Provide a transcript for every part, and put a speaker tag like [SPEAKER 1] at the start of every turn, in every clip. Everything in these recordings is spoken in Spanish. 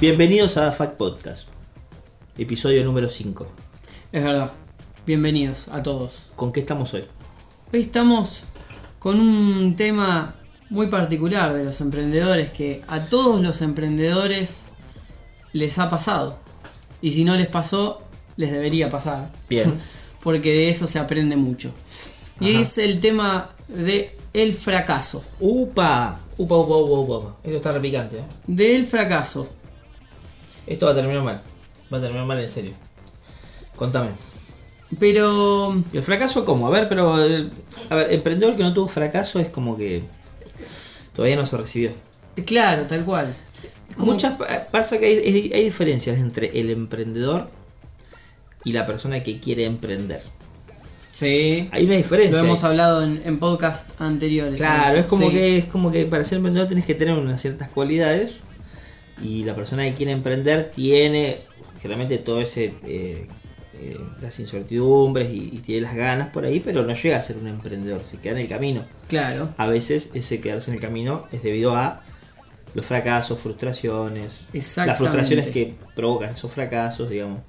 [SPEAKER 1] Bienvenidos a Fact Podcast, episodio número 5.
[SPEAKER 2] Es verdad. Bienvenidos a todos.
[SPEAKER 1] ¿Con qué estamos hoy?
[SPEAKER 2] Hoy estamos con un tema muy particular de los emprendedores que a todos los emprendedores les ha pasado. Y si no les pasó, les debería pasar.
[SPEAKER 1] Bien.
[SPEAKER 2] Porque de eso se aprende mucho. Y
[SPEAKER 1] Ajá.
[SPEAKER 2] es el tema de el fracaso.
[SPEAKER 1] ¡Upa! ¡Upa, upa, upa, upa! Esto está repicante, ¿eh?
[SPEAKER 2] Del fracaso.
[SPEAKER 1] Esto va a terminar mal. Va a terminar mal en serio. Contame.
[SPEAKER 2] Pero
[SPEAKER 1] ¿El fracaso cómo? A ver, pero. eh, A ver, emprendedor que no tuvo fracaso es como que. Todavía no se recibió.
[SPEAKER 2] claro, tal cual. Como-
[SPEAKER 1] Muchas pa- pasa que hay, hay- hay diferencias entre el emprendedor y la persona que quiere emprender.
[SPEAKER 2] Sí.
[SPEAKER 1] Hay una diferencia.
[SPEAKER 2] Lo hemos
[SPEAKER 1] ahí.
[SPEAKER 2] hablado en, en podcast anteriores.
[SPEAKER 1] Claro, es como
[SPEAKER 2] Sí.
[SPEAKER 1] que es como que para ser emprendedor tienes que tener unas ciertas cualidades y la persona que quiere emprender tiene generalmente todo ese eh, eh, las incertidumbres y, y tiene las ganas por ahí, pero no llega a ser un emprendedor, se queda en el camino.
[SPEAKER 2] Claro.
[SPEAKER 1] A veces ese quedarse en el camino es debido a los fracasos, frustraciones,
[SPEAKER 2] Exactamente.
[SPEAKER 1] las frustraciones que provocan esos fracasos, digamos.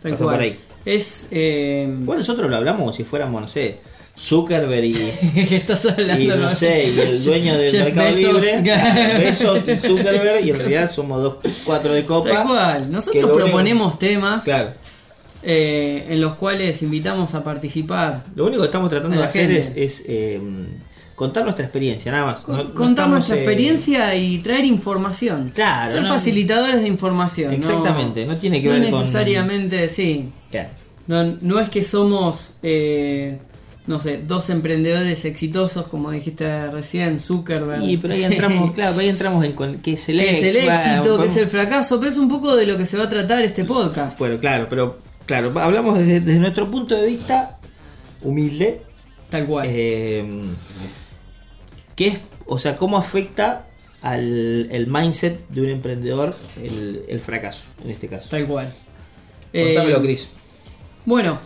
[SPEAKER 2] Tal
[SPEAKER 1] Pasa
[SPEAKER 2] cual.
[SPEAKER 1] por ahí.
[SPEAKER 2] Es. eh,
[SPEAKER 1] Bueno, nosotros lo hablamos como si fuéramos, no sé, Zuckerberg y,
[SPEAKER 2] que estás hablando.
[SPEAKER 1] y no sé, y el dueño del
[SPEAKER 2] Jeff
[SPEAKER 1] Mercado
[SPEAKER 2] Bezos.
[SPEAKER 1] Libre, Bezos y Zuckerberg, y en realidad somos dos, cuatro de copa.
[SPEAKER 2] Tal cual.
[SPEAKER 1] que lo
[SPEAKER 2] Nosotros
[SPEAKER 1] único-
[SPEAKER 2] proponemos temas
[SPEAKER 1] Claro.
[SPEAKER 2] eh, en los cuales invitamos a participar.
[SPEAKER 1] Lo único que estamos tratando
[SPEAKER 2] A
[SPEAKER 1] de
[SPEAKER 2] la
[SPEAKER 1] hacer es,
[SPEAKER 2] gente.
[SPEAKER 1] es, eh, contar nuestra experiencia, nada más. No- no
[SPEAKER 2] Contar
[SPEAKER 1] estamos,
[SPEAKER 2] nuestra
[SPEAKER 1] eh,
[SPEAKER 2] experiencia y traer información.
[SPEAKER 1] Claro,
[SPEAKER 2] Ser
[SPEAKER 1] no-
[SPEAKER 2] facilitadores de información. no-
[SPEAKER 1] Exactamente, no tiene que
[SPEAKER 2] no
[SPEAKER 1] ver con-
[SPEAKER 2] necesariamente, sí.
[SPEAKER 1] Claro.
[SPEAKER 2] No, no es que somos, eh, no sé, dos emprendedores exitosos, como dijiste recién, Zuckerberg.
[SPEAKER 1] Y pero ahí entramos, claro, ahí entramos en con- qué es el
[SPEAKER 2] que es el
[SPEAKER 1] éxito,
[SPEAKER 2] éxito,
[SPEAKER 1] bueno,
[SPEAKER 2] que es el fracaso, pero es un poco de lo que se va a tratar este podcast.
[SPEAKER 1] Bueno, claro, pero claro, hablamos desde, desde nuestro punto de vista humilde.
[SPEAKER 2] Tal cual.
[SPEAKER 1] eh, ¿Qué es, o sea, cómo afecta al el mindset de un emprendedor el, el fracaso, en este caso?
[SPEAKER 2] Tal cual.
[SPEAKER 1] Contámelo,
[SPEAKER 2] Eh,
[SPEAKER 1] Cris.
[SPEAKER 2] Bueno,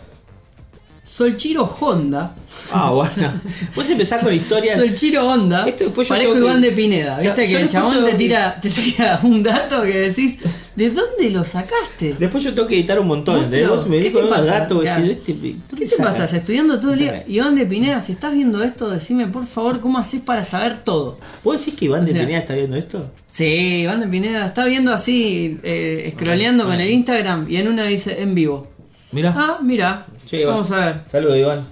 [SPEAKER 2] Solchiro Honda.
[SPEAKER 1] Ah, bueno. Vos empezás con historias.
[SPEAKER 2] Solchiro Honda.
[SPEAKER 1] Esto después yo
[SPEAKER 2] parezco
[SPEAKER 1] tengo que-
[SPEAKER 2] Iván de Pineda.
[SPEAKER 1] Claro,
[SPEAKER 2] Viste
[SPEAKER 1] yo
[SPEAKER 2] que el
[SPEAKER 1] después
[SPEAKER 2] chabón
[SPEAKER 1] tengo
[SPEAKER 2] te
[SPEAKER 1] que-
[SPEAKER 2] tira, te tira un dato que decís, ¿de dónde lo sacaste?
[SPEAKER 1] Después yo tengo que editar un montón.
[SPEAKER 2] Vos,
[SPEAKER 1] ¿entendés?
[SPEAKER 2] tío,
[SPEAKER 1] Vos me
[SPEAKER 2] ¿qué
[SPEAKER 1] venís
[SPEAKER 2] te
[SPEAKER 1] con unos
[SPEAKER 2] pasa?
[SPEAKER 1] datos. vos
[SPEAKER 2] Claro.
[SPEAKER 1] decís, este, ¿dónde
[SPEAKER 2] ¿Qué te
[SPEAKER 1] saca?
[SPEAKER 2] pasas? Estudiando todo el día.
[SPEAKER 1] Saca.
[SPEAKER 2] Iván de Pineda, si estás viendo esto, decime por favor cómo haces para saber todo.
[SPEAKER 1] ¿Vos decís que Iván de
[SPEAKER 2] O sea-
[SPEAKER 1] Pineda está viendo esto?
[SPEAKER 2] Sí, Iván de Pineda está viendo así, eh, scrolleando con el Instagram y en una dice en vivo.
[SPEAKER 1] Mirá.
[SPEAKER 2] Ah, mira.
[SPEAKER 1] Sí, Iván.
[SPEAKER 2] Vamos a ver.
[SPEAKER 1] Saludos, Iván.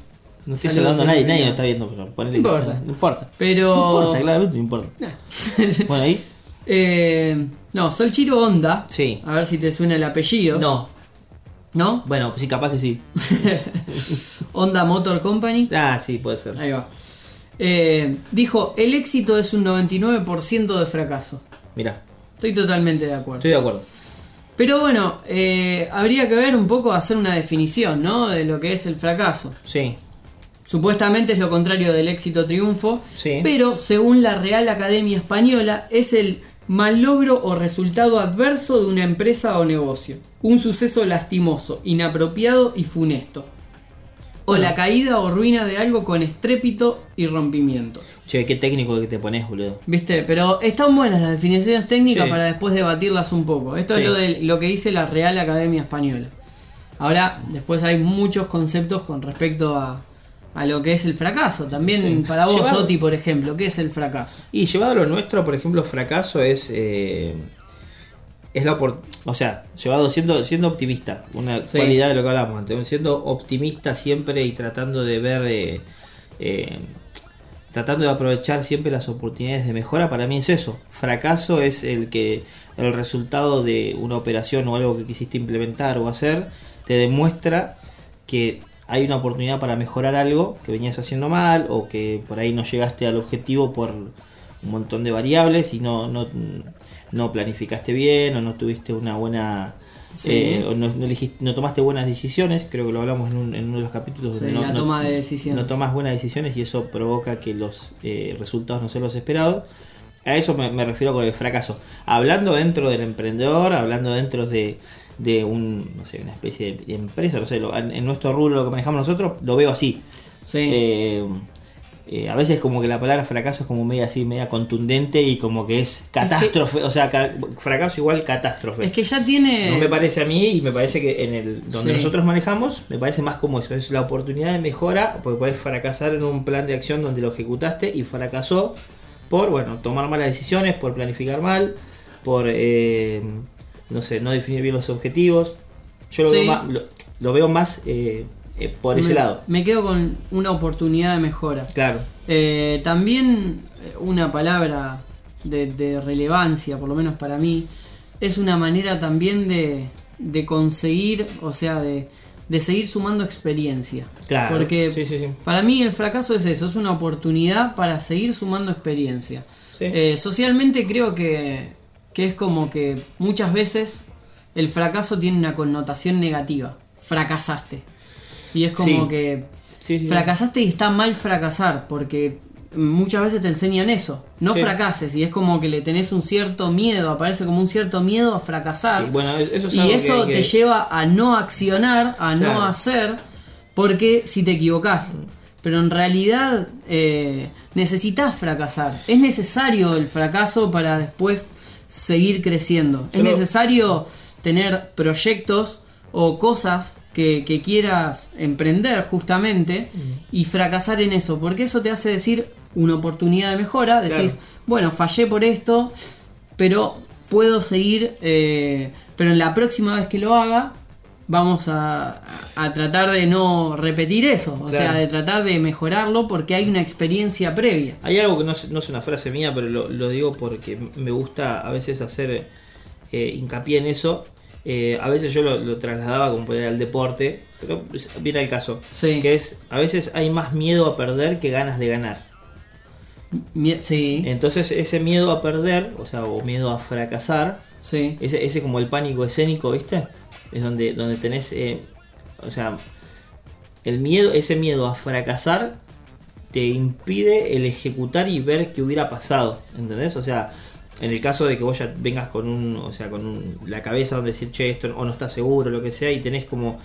[SPEAKER 1] No estoy
[SPEAKER 2] Ah. Saludos,
[SPEAKER 1] saludando a nadie,
[SPEAKER 2] Iván.
[SPEAKER 1] nadie lo está viendo, pero ponele.
[SPEAKER 2] No importa.
[SPEAKER 1] No importa.
[SPEAKER 2] Pero.
[SPEAKER 1] No importa, claramente no importa. Bueno, ahí.
[SPEAKER 2] Eh, no, Solchiro Honda.
[SPEAKER 1] Sí.
[SPEAKER 2] A ver si te suena el apellido.
[SPEAKER 1] No.
[SPEAKER 2] ¿No?
[SPEAKER 1] Bueno, pues sí, capaz que sí.
[SPEAKER 2] Honda Motor Company.
[SPEAKER 1] Ah, sí, puede ser.
[SPEAKER 2] Ahí va. Eh, dijo, el éxito es un 99% de fracaso.
[SPEAKER 1] Mirá,
[SPEAKER 2] Estoy totalmente de acuerdo.
[SPEAKER 1] estoy de acuerdo.
[SPEAKER 2] Pero bueno, eh, habría que ver un poco, hacer una definición, ¿no? De lo que es el fracaso.
[SPEAKER 1] Sí.
[SPEAKER 2] Supuestamente es lo contrario del éxito triunfo,
[SPEAKER 1] Sí.
[SPEAKER 2] pero según la Real Academia Española es el mal logro o resultado adverso de una empresa o negocio, un suceso lastimoso, inapropiado y funesto, o la caída o ruina de algo con estrépito y rompimiento.
[SPEAKER 1] Che, qué técnico que te pones, boludo.
[SPEAKER 2] Viste, pero están buenas las definiciones técnicas
[SPEAKER 1] Sí.
[SPEAKER 2] para después debatirlas un poco. Esto
[SPEAKER 1] Sí.
[SPEAKER 2] es lo, de, lo que dice la Real Academia Española. Ahora, después hay muchos conceptos con respecto a, a lo que es el fracaso. También para vos,
[SPEAKER 1] Llevar-
[SPEAKER 2] Oti, por ejemplo, ¿qué es el fracaso?
[SPEAKER 1] Y llevado a lo nuestro, por ejemplo, fracaso es. eh, es la opor- O sea, llevado siendo, siendo optimista, una
[SPEAKER 2] Sí.
[SPEAKER 1] cualidad de lo que hablábamos antes. Siendo optimista siempre y tratando de ver. eh, eh, tratando de aprovechar siempre las oportunidades de mejora, para mí es eso. Fracaso es el que el resultado de una operación o algo que quisiste implementar o hacer te demuestra que hay una oportunidad para mejorar algo que venías haciendo mal o que por ahí no llegaste al objetivo por un montón de variables y no, no, no planificaste bien o no tuviste una buena...
[SPEAKER 2] Sí.
[SPEAKER 1] eh, o no, no elegiste- no tomaste buenas decisiones, creo que lo hablamos en, un- en uno de los capítulos
[SPEAKER 2] Sí,
[SPEAKER 1] donde
[SPEAKER 2] la toma de decisiones.
[SPEAKER 1] no tomas buenas decisiones y eso provoca que los eh, resultados no sean los esperados. A eso me, me refiero con el fracaso. Hablando dentro del emprendedor, hablando dentro de, de un, no sé, una especie de empresa, no sé, lo- en en nuestro rubro lo que manejamos nosotros, lo veo así.
[SPEAKER 2] Sí.
[SPEAKER 1] Eh, eh, a veces como que la palabra fracaso es como media así, media contundente y como que es catástrofe, o sea, ca- fracaso igual catástrofe.
[SPEAKER 2] es que ya tiene.
[SPEAKER 1] No me parece a mí y me parece que en el donde
[SPEAKER 2] Sí.
[SPEAKER 1] nosotros manejamos, me parece más como eso, es la oportunidad de mejora, porque puedes fracasar en un plan de acción donde lo ejecutaste y fracasó por, bueno, tomar malas decisiones, por planificar mal, por, eh, no sé, no definir bien los objetivos. Yo lo
[SPEAKER 2] Sí. Mm.
[SPEAKER 1] veo más, lo, lo veo más eh, eh, por ese
[SPEAKER 2] me,
[SPEAKER 1] lado.
[SPEAKER 2] Me quedo con una oportunidad de mejora.
[SPEAKER 1] Claro,
[SPEAKER 2] Eh, también eh, una palabra de, de relevancia, por lo menos para mí, es una manera también de, de conseguir, o sea, de, de seguir sumando experiencia.
[SPEAKER 1] claro.
[SPEAKER 2] Porque
[SPEAKER 1] Sí, sí, sí.
[SPEAKER 2] para mí el fracaso es eso, es una oportunidad para seguir sumando experiencia.
[SPEAKER 1] Sí.
[SPEAKER 2] Eh, socialmente creo que, que es como que muchas veces el fracaso tiene una connotación negativa. Fracasaste. Y es como
[SPEAKER 1] Sí.
[SPEAKER 2] que
[SPEAKER 1] Sí, sí, sí.
[SPEAKER 2] Fracasaste y está mal fracasar, porque muchas veces te enseñan eso. No
[SPEAKER 1] Sí.
[SPEAKER 2] fracases, y es como que le tenés un cierto miedo, aparece como un cierto miedo a fracasar.
[SPEAKER 1] Sí, bueno, eso es algo
[SPEAKER 2] y
[SPEAKER 1] que-
[SPEAKER 2] eso
[SPEAKER 1] que-
[SPEAKER 2] te lleva a no accionar, a
[SPEAKER 1] Claro.
[SPEAKER 2] no hacer, porque si te equivocás. Pero en realidad eh, necesitas fracasar. Es necesario el fracaso para después seguir creciendo.
[SPEAKER 1] Yo
[SPEAKER 2] es
[SPEAKER 1] lo-
[SPEAKER 2] necesario tener proyectos o cosas que, que quieras emprender justamente y fracasar en eso, porque eso te hace decir una oportunidad de mejora, decís, bueno, fallé por esto, pero puedo seguir, eh, pero en la próxima vez que lo haga, vamos a, a tratar de no repetir eso, o
[SPEAKER 1] Claro.
[SPEAKER 2] sea, de tratar de mejorarlo porque hay una experiencia previa.
[SPEAKER 1] Hay algo que no, es- no es una frase mía, pero lo, lo digo porque me gusta a veces hacer eh, hincapié en eso. Eh, a veces yo lo, lo trasladaba como poner al deporte, pero pues, viene el caso.
[SPEAKER 2] Sí.
[SPEAKER 1] Que es, a veces hay más miedo a perder que ganas de ganar.
[SPEAKER 2] Mie- Sí,
[SPEAKER 1] Entonces ese miedo a perder, o sea, o miedo a fracasar,
[SPEAKER 2] sí.
[SPEAKER 1] ese, ese como el pánico escénico, ¿viste? Es donde, donde tenés, eh, o sea, el miedo, ese miedo a fracasar te impide el ejecutar y ver qué hubiera pasado, ¿entendés? O sea, en el caso de que vos ya vengas con un, o sea, con un- la cabeza donde decir, che, esto o no estás seguro, lo que sea, y tenés como,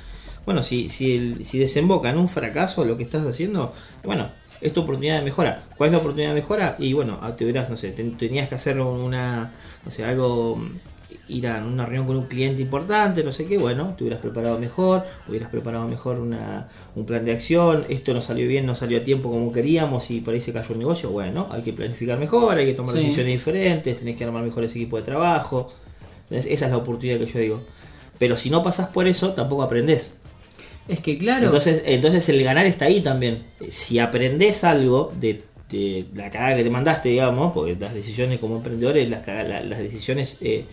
[SPEAKER 1] bueno, si, si, el- si desemboca en un fracaso lo que estás haciendo, bueno, es tu oportunidad de mejora. ¿Cuál es la oportunidad de mejora? Y bueno, ah, te hubieras, no sé, ten- tenías que hacer una, no sé, algo, mm, ir a una reunión con un cliente importante, no sé qué, bueno, te hubieras preparado mejor, hubieras preparado mejor una, un plan de acción, esto no salió bien, no salió a tiempo como queríamos y por ahí se cayó el negocio, bueno, hay que planificar mejor, hay que tomar
[SPEAKER 2] Sí.
[SPEAKER 1] decisiones diferentes, tenés que armar mejores equipos de trabajo. Entonces, esa es la oportunidad que yo digo. Pero si no pasás por eso, tampoco aprendés.
[SPEAKER 2] Es que claro,
[SPEAKER 1] Entonces, entonces el ganar está ahí también. Si aprendés algo de, de la cagada que te mandaste, digamos, porque las decisiones como emprendedores, las, caga- la- las decisiones eh,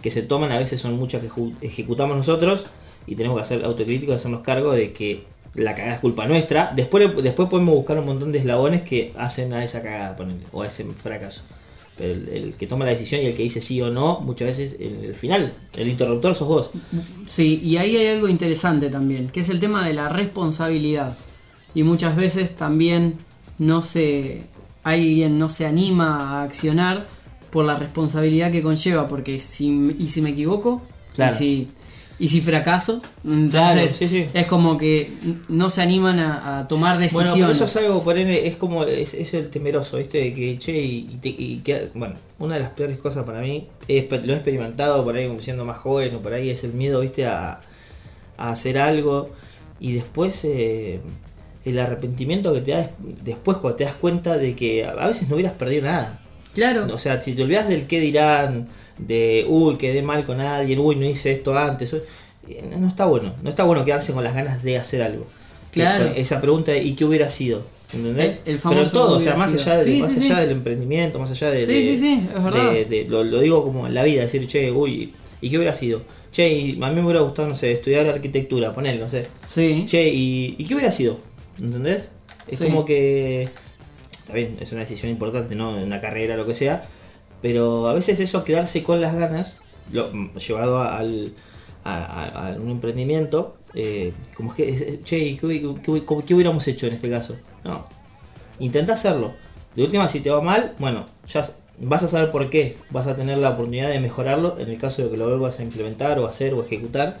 [SPEAKER 1] que se toman a veces son muchas que ju- ejecutamos nosotros y tenemos que hacer autocríticos, hacernos cargo de que la cagada es culpa nuestra. Después, le- después podemos buscar un montón de eslabones que hacen a esa cagada, ponele, o a ese fracaso. Pero el, el que toma la decisión y el que dice sí o no, muchas veces en el final, el interruptor sos vos.
[SPEAKER 2] Sí, y ahí hay algo interesante también, que es el tema de la responsabilidad. Y muchas veces también no se alguien no se anima a accionar por la responsabilidad que conlleva, porque si y si me equivoco,
[SPEAKER 1] Claro.
[SPEAKER 2] y si y si fracaso, entonces
[SPEAKER 1] Claro, sí, sí.
[SPEAKER 2] es como que n- no se animan a, a tomar
[SPEAKER 1] Bueno,
[SPEAKER 2] decisiones.
[SPEAKER 1] pero eso es algo, por es como, es, es el temeroso, ¿viste? De que, che, y, y te- y que- bueno, una de las peores cosas para mí, he exper- lo he experimentado por ahí como siendo más joven o por ahí, es el miedo, ¿viste? A, a hacer algo y después eh, el arrepentimiento que te da des- después cuando te das cuenta de que a a veces no hubieras perdido nada.
[SPEAKER 2] claro.
[SPEAKER 1] O sea, si te olvidas del qué dirán, de uy, quedé mal con alguien, uy, no hice esto antes, uy, eh, no está bueno. No está bueno quedarse con las ganas de hacer algo.
[SPEAKER 2] Claro.
[SPEAKER 1] Que- Esa pregunta de, ¿y qué hubiera sido? ¿Entendés?
[SPEAKER 2] El- el famoso
[SPEAKER 1] Pero en todo, o sea,
[SPEAKER 2] hubiera
[SPEAKER 1] más
[SPEAKER 2] sido.
[SPEAKER 1] allá, de-
[SPEAKER 2] Sí,
[SPEAKER 1] más
[SPEAKER 2] sí,
[SPEAKER 1] allá
[SPEAKER 2] sí.
[SPEAKER 1] del emprendimiento, más allá de.
[SPEAKER 2] Sí,
[SPEAKER 1] de-
[SPEAKER 2] sí, sí, es verdad.
[SPEAKER 1] de- de- lo, lo digo como en la vida, decir, che, uy, ¿y qué hubiera sido? Che, y a mí me hubiera gustado, no sé, estudiar arquitectura, poner, no sé.
[SPEAKER 2] Sí.
[SPEAKER 1] Che, ¿y, y qué hubiera sido? ¿Entendés? Es
[SPEAKER 2] Sí.
[SPEAKER 1] como que. Está bien, es una decisión importante, ¿no? Una carrera, lo que sea. Pero a veces eso, quedarse con las ganas, lo, mm, llevado a- al, a, a- a un emprendimiento, eh, como es que, es- che, ¿y qué, hubi- qué hubi- cómo- qué hubiéramos hecho en este caso? No. Intenta hacerlo. De última, si te va mal, bueno, ya s- vas a saber por qué, vas a tener la oportunidad de mejorarlo en el caso de que lo vuelvas a implementar o hacer o ejecutar.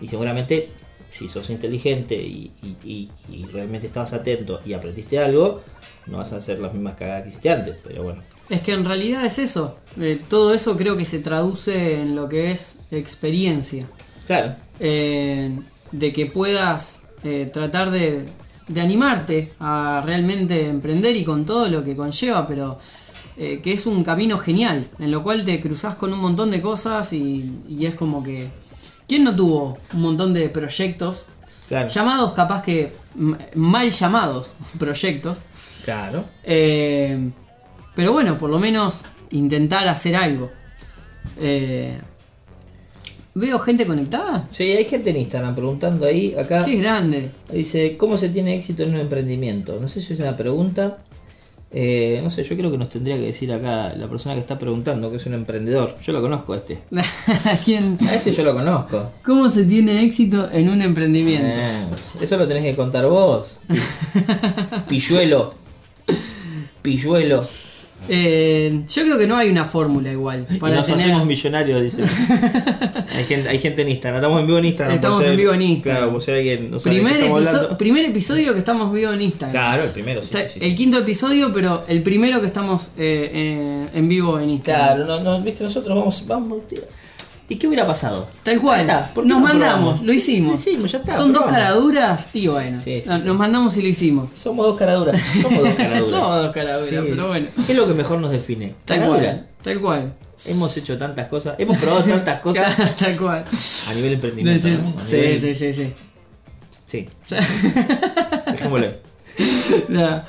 [SPEAKER 1] Y seguramente, si sos inteligente y, y- y- y realmente estabas atento y aprendiste algo, no vas a hacer las mismas cagadas que hiciste antes. Pero bueno,
[SPEAKER 2] Es que en realidad es eso. Eh, todo eso creo que se traduce en lo que es experiencia.
[SPEAKER 1] claro,
[SPEAKER 2] Eh, de que puedas eh, tratar de, de animarte a realmente emprender y con todo lo que conlleva, pero eh, que es un camino genial, en lo cual te cruzas con un montón de cosas y, y es como que... ¿Quién no tuvo un montón de proyectos?
[SPEAKER 1] claro.
[SPEAKER 2] Llamados capaz que m- mal llamados proyectos.
[SPEAKER 1] Claro.
[SPEAKER 2] Eh, pero bueno, por lo menos intentar hacer algo. Eh, ¿Veo gente conectada?
[SPEAKER 1] Sí, hay gente en Instagram preguntando ahí, acá.
[SPEAKER 2] Sí, es grande.
[SPEAKER 1] Dice, ¿cómo se tiene éxito en un emprendimiento? No sé si es una pregunta. Eh, no sé, yo creo que nos tendría que decir acá la persona que está preguntando, que es un emprendedor. Yo lo conozco a este.
[SPEAKER 2] ¿Quién-
[SPEAKER 1] A este yo lo conozco.
[SPEAKER 2] ¿Cómo se tiene éxito en un emprendimiento?
[SPEAKER 1] Eh, eso lo tenés que contar vos. Pilluelo. Pilluelo.
[SPEAKER 2] Eh, yo creo que no hay una fórmula igual
[SPEAKER 1] Y
[SPEAKER 2] para
[SPEAKER 1] nos
[SPEAKER 2] tener.
[SPEAKER 1] hacemos millonarios, dice. hay, gente, hay gente en Instagram. Estamos en vivo en Instagram. por
[SPEAKER 2] Estamos
[SPEAKER 1] si
[SPEAKER 2] en
[SPEAKER 1] hay-
[SPEAKER 2] vivo en Instagram.
[SPEAKER 1] Claro, por si alguien no sabe de qué
[SPEAKER 2] primer,
[SPEAKER 1] estamos
[SPEAKER 2] episo-
[SPEAKER 1] hablando.
[SPEAKER 2] primer episodio que estamos vivo en Instagram.
[SPEAKER 1] Claro, el primero, sí,
[SPEAKER 2] Está-
[SPEAKER 1] sí, sí.
[SPEAKER 2] El quinto episodio, pero el primero que estamos eh, eh, en vivo en Instagram.
[SPEAKER 1] Claro, no, no, viste, nosotros vamos, vamos. tío. ¿Y qué hubiera pasado?
[SPEAKER 2] Tal
[SPEAKER 1] Ahí
[SPEAKER 2] cual.
[SPEAKER 1] está, ¿por qué
[SPEAKER 2] Nos
[SPEAKER 1] no
[SPEAKER 2] mandamos,
[SPEAKER 1] probamos?
[SPEAKER 2] lo hicimos.
[SPEAKER 1] Lo hicimos, ya está,
[SPEAKER 2] Son dos
[SPEAKER 1] probamos.
[SPEAKER 2] caraduras y bueno.
[SPEAKER 1] Sí, sí,
[SPEAKER 2] no-
[SPEAKER 1] sí.
[SPEAKER 2] Nos mandamos y lo hicimos.
[SPEAKER 1] Somos dos caraduras. Somos dos caraduras.
[SPEAKER 2] Somos dos caraduras, pero bueno.
[SPEAKER 1] ¿Qué es lo que mejor nos define?
[SPEAKER 2] Tal
[SPEAKER 1] Caradura.
[SPEAKER 2] cual. Tal cual.
[SPEAKER 1] Hemos hecho tantas cosas, hemos probado tantas cosas
[SPEAKER 2] tal cual.
[SPEAKER 1] a nivel emprendimiento.
[SPEAKER 2] Decir-
[SPEAKER 1] ¿no? A
[SPEAKER 2] sí,
[SPEAKER 1] nivel-
[SPEAKER 2] sí, sí, sí.
[SPEAKER 1] sí. Dejémoslo ahí.
[SPEAKER 2] No.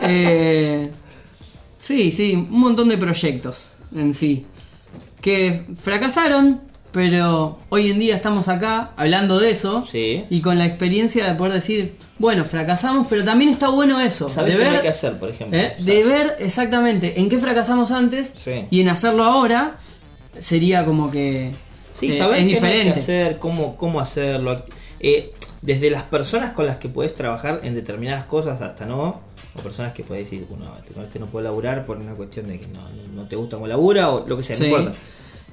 [SPEAKER 2] Eh, sí, sí, un montón de proyectos en sí. Que fracasaron, pero hoy en día estamos acá hablando de eso.
[SPEAKER 1] Sí.
[SPEAKER 2] Y con la experiencia de poder decir, bueno, fracasamos, pero también está bueno eso.
[SPEAKER 1] ¿Sabés
[SPEAKER 2] de
[SPEAKER 1] qué
[SPEAKER 2] ver-
[SPEAKER 1] hay que hacer, por ejemplo?
[SPEAKER 2] ¿Eh? De ver exactamente en qué fracasamos antes
[SPEAKER 1] Sí.
[SPEAKER 2] y en hacerlo ahora sería como que
[SPEAKER 1] Sí,
[SPEAKER 2] eh,
[SPEAKER 1] saber
[SPEAKER 2] es
[SPEAKER 1] qué no hay que
[SPEAKER 2] diferente.
[SPEAKER 1] hacer, cómo, cómo hacerlo. Eh, desde las personas con las que podés trabajar en determinadas cosas hasta no, o personas que podés decir, bueno, este- con este no puedo laburar por una cuestión de que no, no te gusta cómo labura o lo que sea,
[SPEAKER 2] Sí.
[SPEAKER 1] no importa.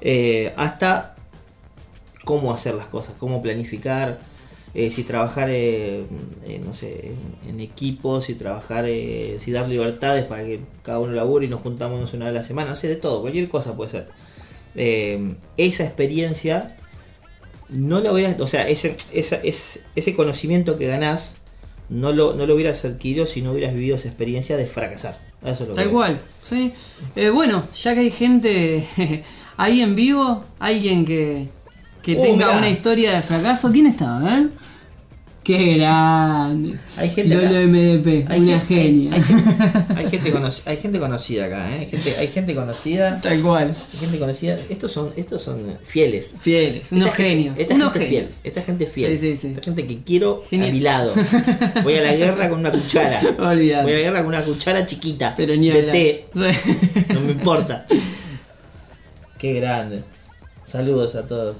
[SPEAKER 1] Eh, hasta cómo hacer las cosas, cómo planificar, eh, si trabajar, eh, eh, no sé, en, en equipo, si trabajar, eh, si dar libertades para que cada uno labure y nos juntamos no sé, una vez a la semana, no sé, de todo, cualquier cosa puede ser. Eh, esa experiencia no la hubieras, o sea, ese, esa- es- ese conocimiento que ganás no lo, no lo hubieras adquirido si no hubieras vivido esa experiencia de fracasar. Eso es lo que
[SPEAKER 2] Tal
[SPEAKER 1] voy.
[SPEAKER 2] cual, sí. Eh, bueno, ya que hay gente ahí en vivo, alguien que, que
[SPEAKER 1] Uh,
[SPEAKER 2] tenga
[SPEAKER 1] mirá.
[SPEAKER 2] una historia de fracaso, ¿quién está? A ver. Qué grande.
[SPEAKER 1] Hay gente
[SPEAKER 2] Lolo
[SPEAKER 1] acá.
[SPEAKER 2] MDP,
[SPEAKER 1] Hay
[SPEAKER 2] una
[SPEAKER 1] gente-
[SPEAKER 2] genia.
[SPEAKER 1] Hay, gente, hay gente conoci- hay gente conocida acá, ¿eh? hay, gente, hay gente conocida.
[SPEAKER 2] Tal cual.
[SPEAKER 1] hay gente conocida. Estos son, estos son fieles.
[SPEAKER 2] Fieles, unos
[SPEAKER 1] Esta gente-
[SPEAKER 2] genios.
[SPEAKER 1] Esta
[SPEAKER 2] unos
[SPEAKER 1] gente
[SPEAKER 2] genios.
[SPEAKER 1] fiel. Esta gente fiel.
[SPEAKER 2] Sí, sí, sí.
[SPEAKER 1] Esta gente que quiero
[SPEAKER 2] Genial.
[SPEAKER 1] a mi lado. Voy a la guerra con una cuchara.
[SPEAKER 2] Olvídate.
[SPEAKER 1] Voy a la guerra con una cuchara chiquita.
[SPEAKER 2] Pero ni
[SPEAKER 1] de
[SPEAKER 2] hablar.
[SPEAKER 1] té.
[SPEAKER 2] Sí.
[SPEAKER 1] No me importa. Qué grande. Saludos a todos.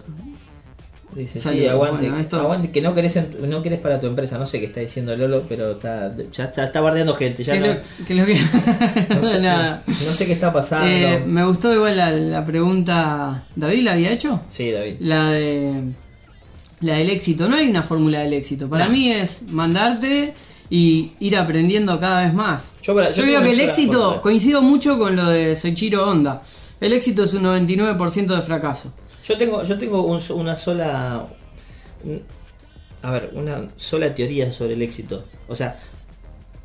[SPEAKER 1] Dice, sí,
[SPEAKER 2] Saludos.
[SPEAKER 1] aguante,
[SPEAKER 2] Bueno, esto-
[SPEAKER 1] aguante, que no querés, en- no querés para tu empresa, no sé qué está diciendo Lolo, pero está, ya está, está bardeando gente, ya
[SPEAKER 2] ¿Qué es
[SPEAKER 1] no,
[SPEAKER 2] lo- qué es lo que-
[SPEAKER 1] no sé,
[SPEAKER 2] Nada.
[SPEAKER 1] no sé qué está pasando.
[SPEAKER 2] Eh, me gustó igual la, la pregunta. ¿David la había hecho?
[SPEAKER 1] sí, David.
[SPEAKER 2] La de. La del éxito. No hay una fórmula del éxito. Para mí es mandarte y ir aprendiendo cada vez más.
[SPEAKER 1] Yo para- yo
[SPEAKER 2] creo
[SPEAKER 1] tengo
[SPEAKER 2] que el
[SPEAKER 1] una sola
[SPEAKER 2] éxito.
[SPEAKER 1] fórmula.
[SPEAKER 2] Coincido mucho con lo de Soichiro Honda. El éxito es un 99% de fracaso.
[SPEAKER 1] Yo tengo, yo tengo un so- una sola. un- A ver, una sola teoría sobre el éxito. O sea,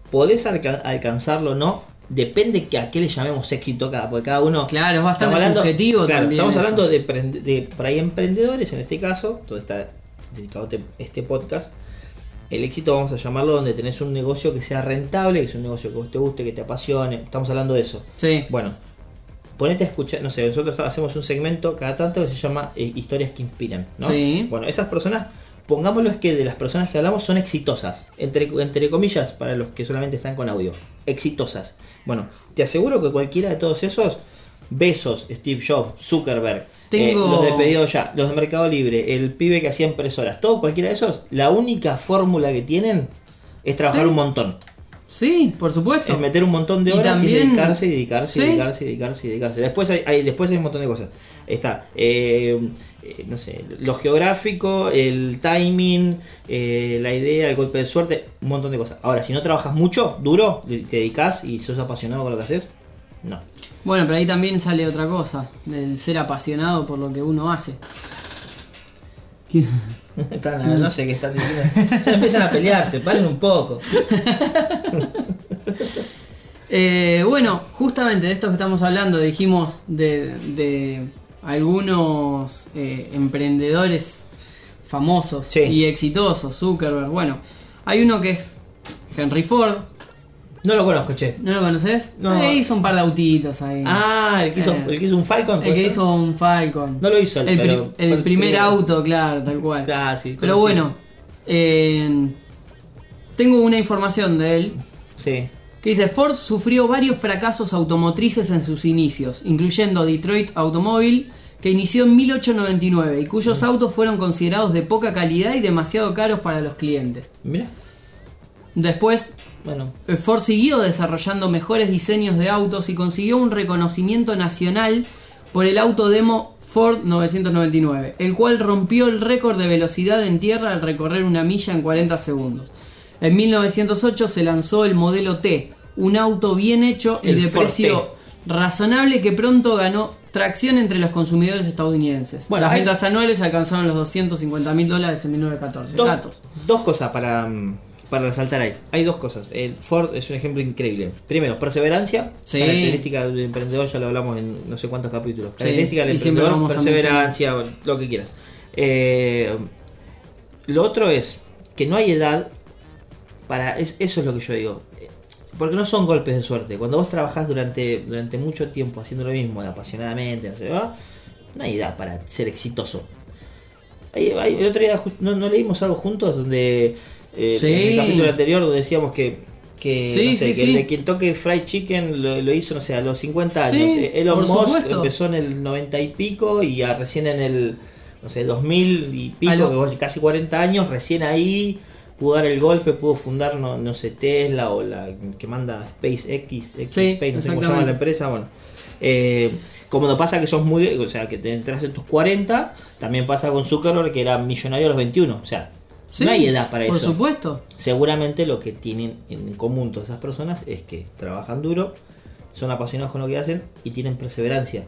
[SPEAKER 1] podés alca- alcanzarlo o no, depende que a qué le llamemos éxito cada, porque cada uno.
[SPEAKER 2] Claro, es
[SPEAKER 1] Estamos
[SPEAKER 2] bastante
[SPEAKER 1] hablando-
[SPEAKER 2] subjetivo
[SPEAKER 1] claro,
[SPEAKER 2] también.
[SPEAKER 1] Estamos
[SPEAKER 2] eso.
[SPEAKER 1] hablando de, prende- de por ahí emprendedores, en este caso, donde está dedicado te- este podcast. El éxito vamos a llamarlo donde tenés un negocio que sea rentable, que es un negocio que vos te guste, que te apasione. Estamos hablando de eso.
[SPEAKER 2] Sí.
[SPEAKER 1] Bueno, ponete a escuchar, no sé, nosotros hacemos un segmento cada tanto que se llama eh, Historias que Inspiran, ¿no?
[SPEAKER 2] Sí.
[SPEAKER 1] Bueno, esas personas, pongámoslo es que de las personas que hablamos son exitosas, entre, entre comillas, para los que solamente están con audio, exitosas. Bueno, te aseguro que cualquiera de todos esos, Besos, Steve Jobs, Zuckerberg, eh,
[SPEAKER 2] Tengo-
[SPEAKER 1] los de Pedido Ya, los de Mercado Libre, el pibe que hacía impresoras, todo cualquiera de esos, la única fórmula que tienen es trabajar
[SPEAKER 2] Sí.
[SPEAKER 1] un montón.
[SPEAKER 2] Sí, por supuesto.
[SPEAKER 1] Es meter un montón de
[SPEAKER 2] Eh, Y
[SPEAKER 1] horas y,
[SPEAKER 2] también-
[SPEAKER 1] dedicarse, y dedicarse, y
[SPEAKER 2] Sí.
[SPEAKER 1] dedicarse, y dedicarse, y dedicarse. Después hay, hay- después hay un montón de cosas. Está, eh, eh, no sé, lo geográfico, el timing, eh, la idea, el golpe de suerte, un montón de cosas. Ahora, si no trabajas mucho, duro, te dedicas y sos apasionado con lo que haces, no.
[SPEAKER 2] Bueno, pero ahí también sale otra cosa, del ser apasionado por lo que uno hace. ¿Qué?
[SPEAKER 1] Están a- no sé qué están diciendo. Ya empiezan a pelearse, paren un poco.
[SPEAKER 2] Eh, bueno, justamente de esto que estamos hablando, dijimos de, de algunos eh, emprendedores famosos
[SPEAKER 1] Sí.
[SPEAKER 2] y exitosos, Zuckerberg. Bueno, hay uno que es Henry Ford,
[SPEAKER 1] No lo conozco, che.
[SPEAKER 2] ¿no lo conoces?
[SPEAKER 1] No.
[SPEAKER 2] Eh, hizo un par de autitos ahí.
[SPEAKER 1] Ah, el que hizo,
[SPEAKER 2] Eh.
[SPEAKER 1] el que hizo un Falcon.
[SPEAKER 2] el
[SPEAKER 1] ¿puede
[SPEAKER 2] que
[SPEAKER 1] ser?
[SPEAKER 2] hizo un Falcon.
[SPEAKER 1] No lo hizo,
[SPEAKER 2] el, pri-
[SPEAKER 1] pero
[SPEAKER 2] el
[SPEAKER 1] fue el
[SPEAKER 2] primer
[SPEAKER 1] primero.
[SPEAKER 2] auto, claro, tal cual.
[SPEAKER 1] Ah, sí,
[SPEAKER 2] pero
[SPEAKER 1] conocido.
[SPEAKER 2] bueno, eh, tengo una información de él
[SPEAKER 1] Sí.
[SPEAKER 2] que dice Ford sufrió varios fracasos automotrices en sus inicios, incluyendo Detroit Automobile, que inició en 1899 y cuyos autos fueron considerados de poca calidad y demasiado caros para los clientes.
[SPEAKER 1] Mira,
[SPEAKER 2] Después,
[SPEAKER 1] bueno.
[SPEAKER 2] eh, Ford siguió desarrollando mejores diseños de autos y consiguió un reconocimiento nacional por el auto demo Ford 999, el cual rompió el récord de velocidad en tierra al recorrer una milla en 40 segundos. En 1908 se lanzó el modelo T, un auto bien hecho y
[SPEAKER 1] El
[SPEAKER 2] de
[SPEAKER 1] Ford
[SPEAKER 2] precio razonable que pronto ganó tracción entre los consumidores estadounidenses.
[SPEAKER 1] Bueno,
[SPEAKER 2] Las
[SPEAKER 1] hay-
[SPEAKER 2] ventas anuales alcanzaron los 250 mil dólares en 1914.
[SPEAKER 1] Dos,
[SPEAKER 2] Datos.
[SPEAKER 1] dos cosas para, mm, para resaltar ahí. Hay dos cosas. El Ford es un ejemplo increíble. Primero, perseverancia.
[SPEAKER 2] Sí.
[SPEAKER 1] Característica del emprendedor, ya lo hablamos en no sé cuántos capítulos. Característica del
[SPEAKER 2] y siempre
[SPEAKER 1] emprendedor,
[SPEAKER 2] vamos a mencionar.
[SPEAKER 1] perseverancia, lo que quieras. Eh, lo otro es que no hay edad para. es- eso es lo que yo digo. Porque no son golpes de suerte. Cuando vos trabajás durante, durante mucho tiempo haciendo lo mismo, apasionadamente, no sé, ¿verdad? no hay edad para ser exitoso. Ahí- ahí, el otro día just- no, no leímos algo juntos donde eh,
[SPEAKER 2] Sí.
[SPEAKER 1] en el capítulo anterior donde decíamos que, que,
[SPEAKER 2] Sí,
[SPEAKER 1] no sé,
[SPEAKER 2] sí,
[SPEAKER 1] que el
[SPEAKER 2] sí.
[SPEAKER 1] de quien toque Fried Chicken lo, lo hizo, no sé, a los 50
[SPEAKER 2] Sí,
[SPEAKER 1] años. Eh, Elon
[SPEAKER 2] por
[SPEAKER 1] Musk
[SPEAKER 2] supuesto.
[SPEAKER 1] empezó en el 90 y pico y a- recién en el, no sé, 2000 y pico,
[SPEAKER 2] A lo-
[SPEAKER 1] que vos- casi 40 años, recién ahí pudo dar el golpe, pudo fundar, no, no sé, Tesla o la que manda SpaceX, X, Space, no sé cómo se llama
[SPEAKER 2] exactamente.
[SPEAKER 1] la empresa, bueno. Eh, como no pasa que sos muy, o sea, que te entras en tus 40, también pasa con Zuckerberg que era millonario a los 21, o sea,
[SPEAKER 2] Sí,
[SPEAKER 1] no hay edad para
[SPEAKER 2] Por
[SPEAKER 1] eso.
[SPEAKER 2] supuesto.
[SPEAKER 1] Seguramente lo que tienen en común todas esas personas es que trabajan duro, son apasionados con lo que hacen y tienen perseverancia.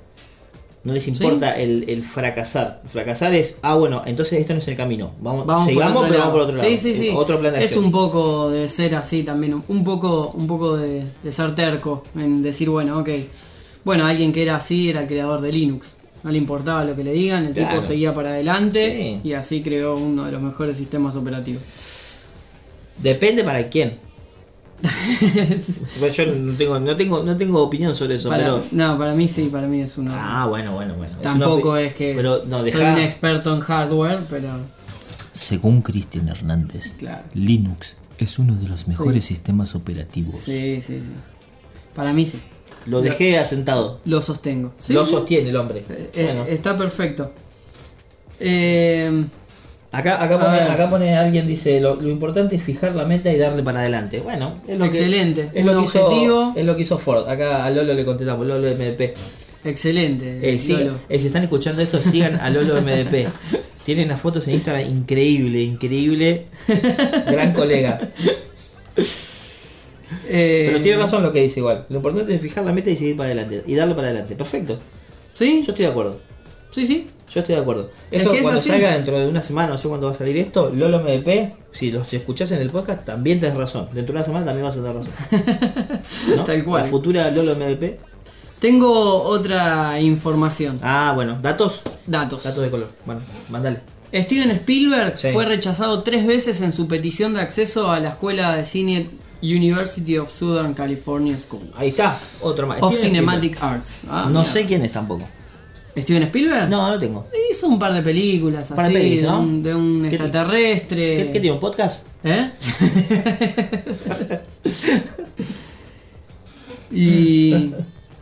[SPEAKER 1] No les importa el, el fracasar. Fracasar es, ah, bueno, entonces esto no es el camino. Vamos,
[SPEAKER 2] Vamos
[SPEAKER 1] sigamos,
[SPEAKER 2] por otro
[SPEAKER 1] pero
[SPEAKER 2] lado.
[SPEAKER 1] vamos por otro lado.
[SPEAKER 2] Sí, sí, sí.
[SPEAKER 1] Eh, Otro plan de
[SPEAKER 2] es
[SPEAKER 1] acción.
[SPEAKER 2] un poco de ser así también, un poco, un poco de, de ser terco, en decir, bueno, ok. Bueno, alguien que era así era el creador de Linux. No le importaba lo que le digan, el
[SPEAKER 1] Claro.
[SPEAKER 2] tipo seguía para adelante
[SPEAKER 1] Sí.
[SPEAKER 2] y así creó uno de los mejores sistemas operativos.
[SPEAKER 1] Depende para quién. Bueno, Yo no tengo, no tengo, no tengo opinión sobre eso,
[SPEAKER 2] Para-
[SPEAKER 1] pero.
[SPEAKER 2] No, para mí sí, para mí es uno.
[SPEAKER 1] Ah, bueno, bueno, bueno. Es
[SPEAKER 2] Tampoco
[SPEAKER 1] una opi-
[SPEAKER 2] es que
[SPEAKER 1] Pero no,
[SPEAKER 2] soy
[SPEAKER 1] deja.
[SPEAKER 2] un experto en hardware, pero
[SPEAKER 3] Según Cristian Hernández,
[SPEAKER 2] claro.
[SPEAKER 3] Linux es uno de los mejores sistemas operativos.
[SPEAKER 2] Sí, sí, sí. Para mí sí.
[SPEAKER 1] Lo dejé asentado.
[SPEAKER 2] Lo sostengo. Sí,
[SPEAKER 1] Lo
[SPEAKER 2] sí.
[SPEAKER 1] sostiene el hombre.
[SPEAKER 2] Eh, eh,
[SPEAKER 1] Bueno.
[SPEAKER 2] Está perfecto. Eh,
[SPEAKER 1] Acá, acá,
[SPEAKER 2] A
[SPEAKER 1] pone,
[SPEAKER 2] ver.
[SPEAKER 1] acá pone alguien, dice, lo, lo importante es fijar la meta y darle para adelante. Bueno, es lo
[SPEAKER 2] Excelente.
[SPEAKER 1] Que, es, lo
[SPEAKER 2] Un
[SPEAKER 1] que hizo-
[SPEAKER 2] objetivo.
[SPEAKER 1] es lo que hizo Ford. Acá a Lolo le contestamos, Lolo MDP.
[SPEAKER 2] excelente.
[SPEAKER 1] Eh, sigan-
[SPEAKER 2] Lolo.
[SPEAKER 1] eh, si están escuchando esto, sigan a Lolo MDP. Tiene unas fotos en Instagram increíble, increíble. Gran colega.
[SPEAKER 2] Eh,
[SPEAKER 1] Pero tiene razón lo que dice igual. Lo importante es fijar la meta y seguir para adelante. Y darle para adelante. Perfecto.
[SPEAKER 2] Sí,
[SPEAKER 1] Yo estoy de acuerdo.
[SPEAKER 2] sí, sí.
[SPEAKER 1] Yo estoy de acuerdo.
[SPEAKER 2] Es
[SPEAKER 1] Esto
[SPEAKER 2] que es
[SPEAKER 1] cuando
[SPEAKER 2] así.
[SPEAKER 1] salga dentro de una semana, no sé cuándo va a salir esto, Lolo MDP, si los escuchás en el podcast, también tenés razón. Dentro de una semana también vas a tener razón. ¿No?
[SPEAKER 2] Tal cual.
[SPEAKER 1] La futura Lolo MDP.
[SPEAKER 2] Tengo otra información.
[SPEAKER 1] Ah, bueno, datos.
[SPEAKER 2] Datos.
[SPEAKER 1] Datos de color. Bueno, mandale.
[SPEAKER 2] Steven Spielberg
[SPEAKER 1] Sí.
[SPEAKER 2] fue rechazado tres veces en su petición de acceso a la escuela de cine University of Southern California School
[SPEAKER 1] Ahí está, otro más.
[SPEAKER 2] of
[SPEAKER 1] Ah, Steven
[SPEAKER 2] Cinematic Arts. Ah,
[SPEAKER 1] Spielberg. No
[SPEAKER 2] mira.
[SPEAKER 1] sé quién es tampoco.
[SPEAKER 2] ¿Steven Spielberg?
[SPEAKER 1] No, no tengo.
[SPEAKER 2] Hizo un par de películas
[SPEAKER 1] Par de
[SPEAKER 2] así,
[SPEAKER 1] pelis, ¿no?
[SPEAKER 2] de, un, de un
[SPEAKER 1] ¿Qué-
[SPEAKER 2] extraterrestre.
[SPEAKER 1] ¿Qué, qué tiene un podcast?
[SPEAKER 2] ¿Eh? y.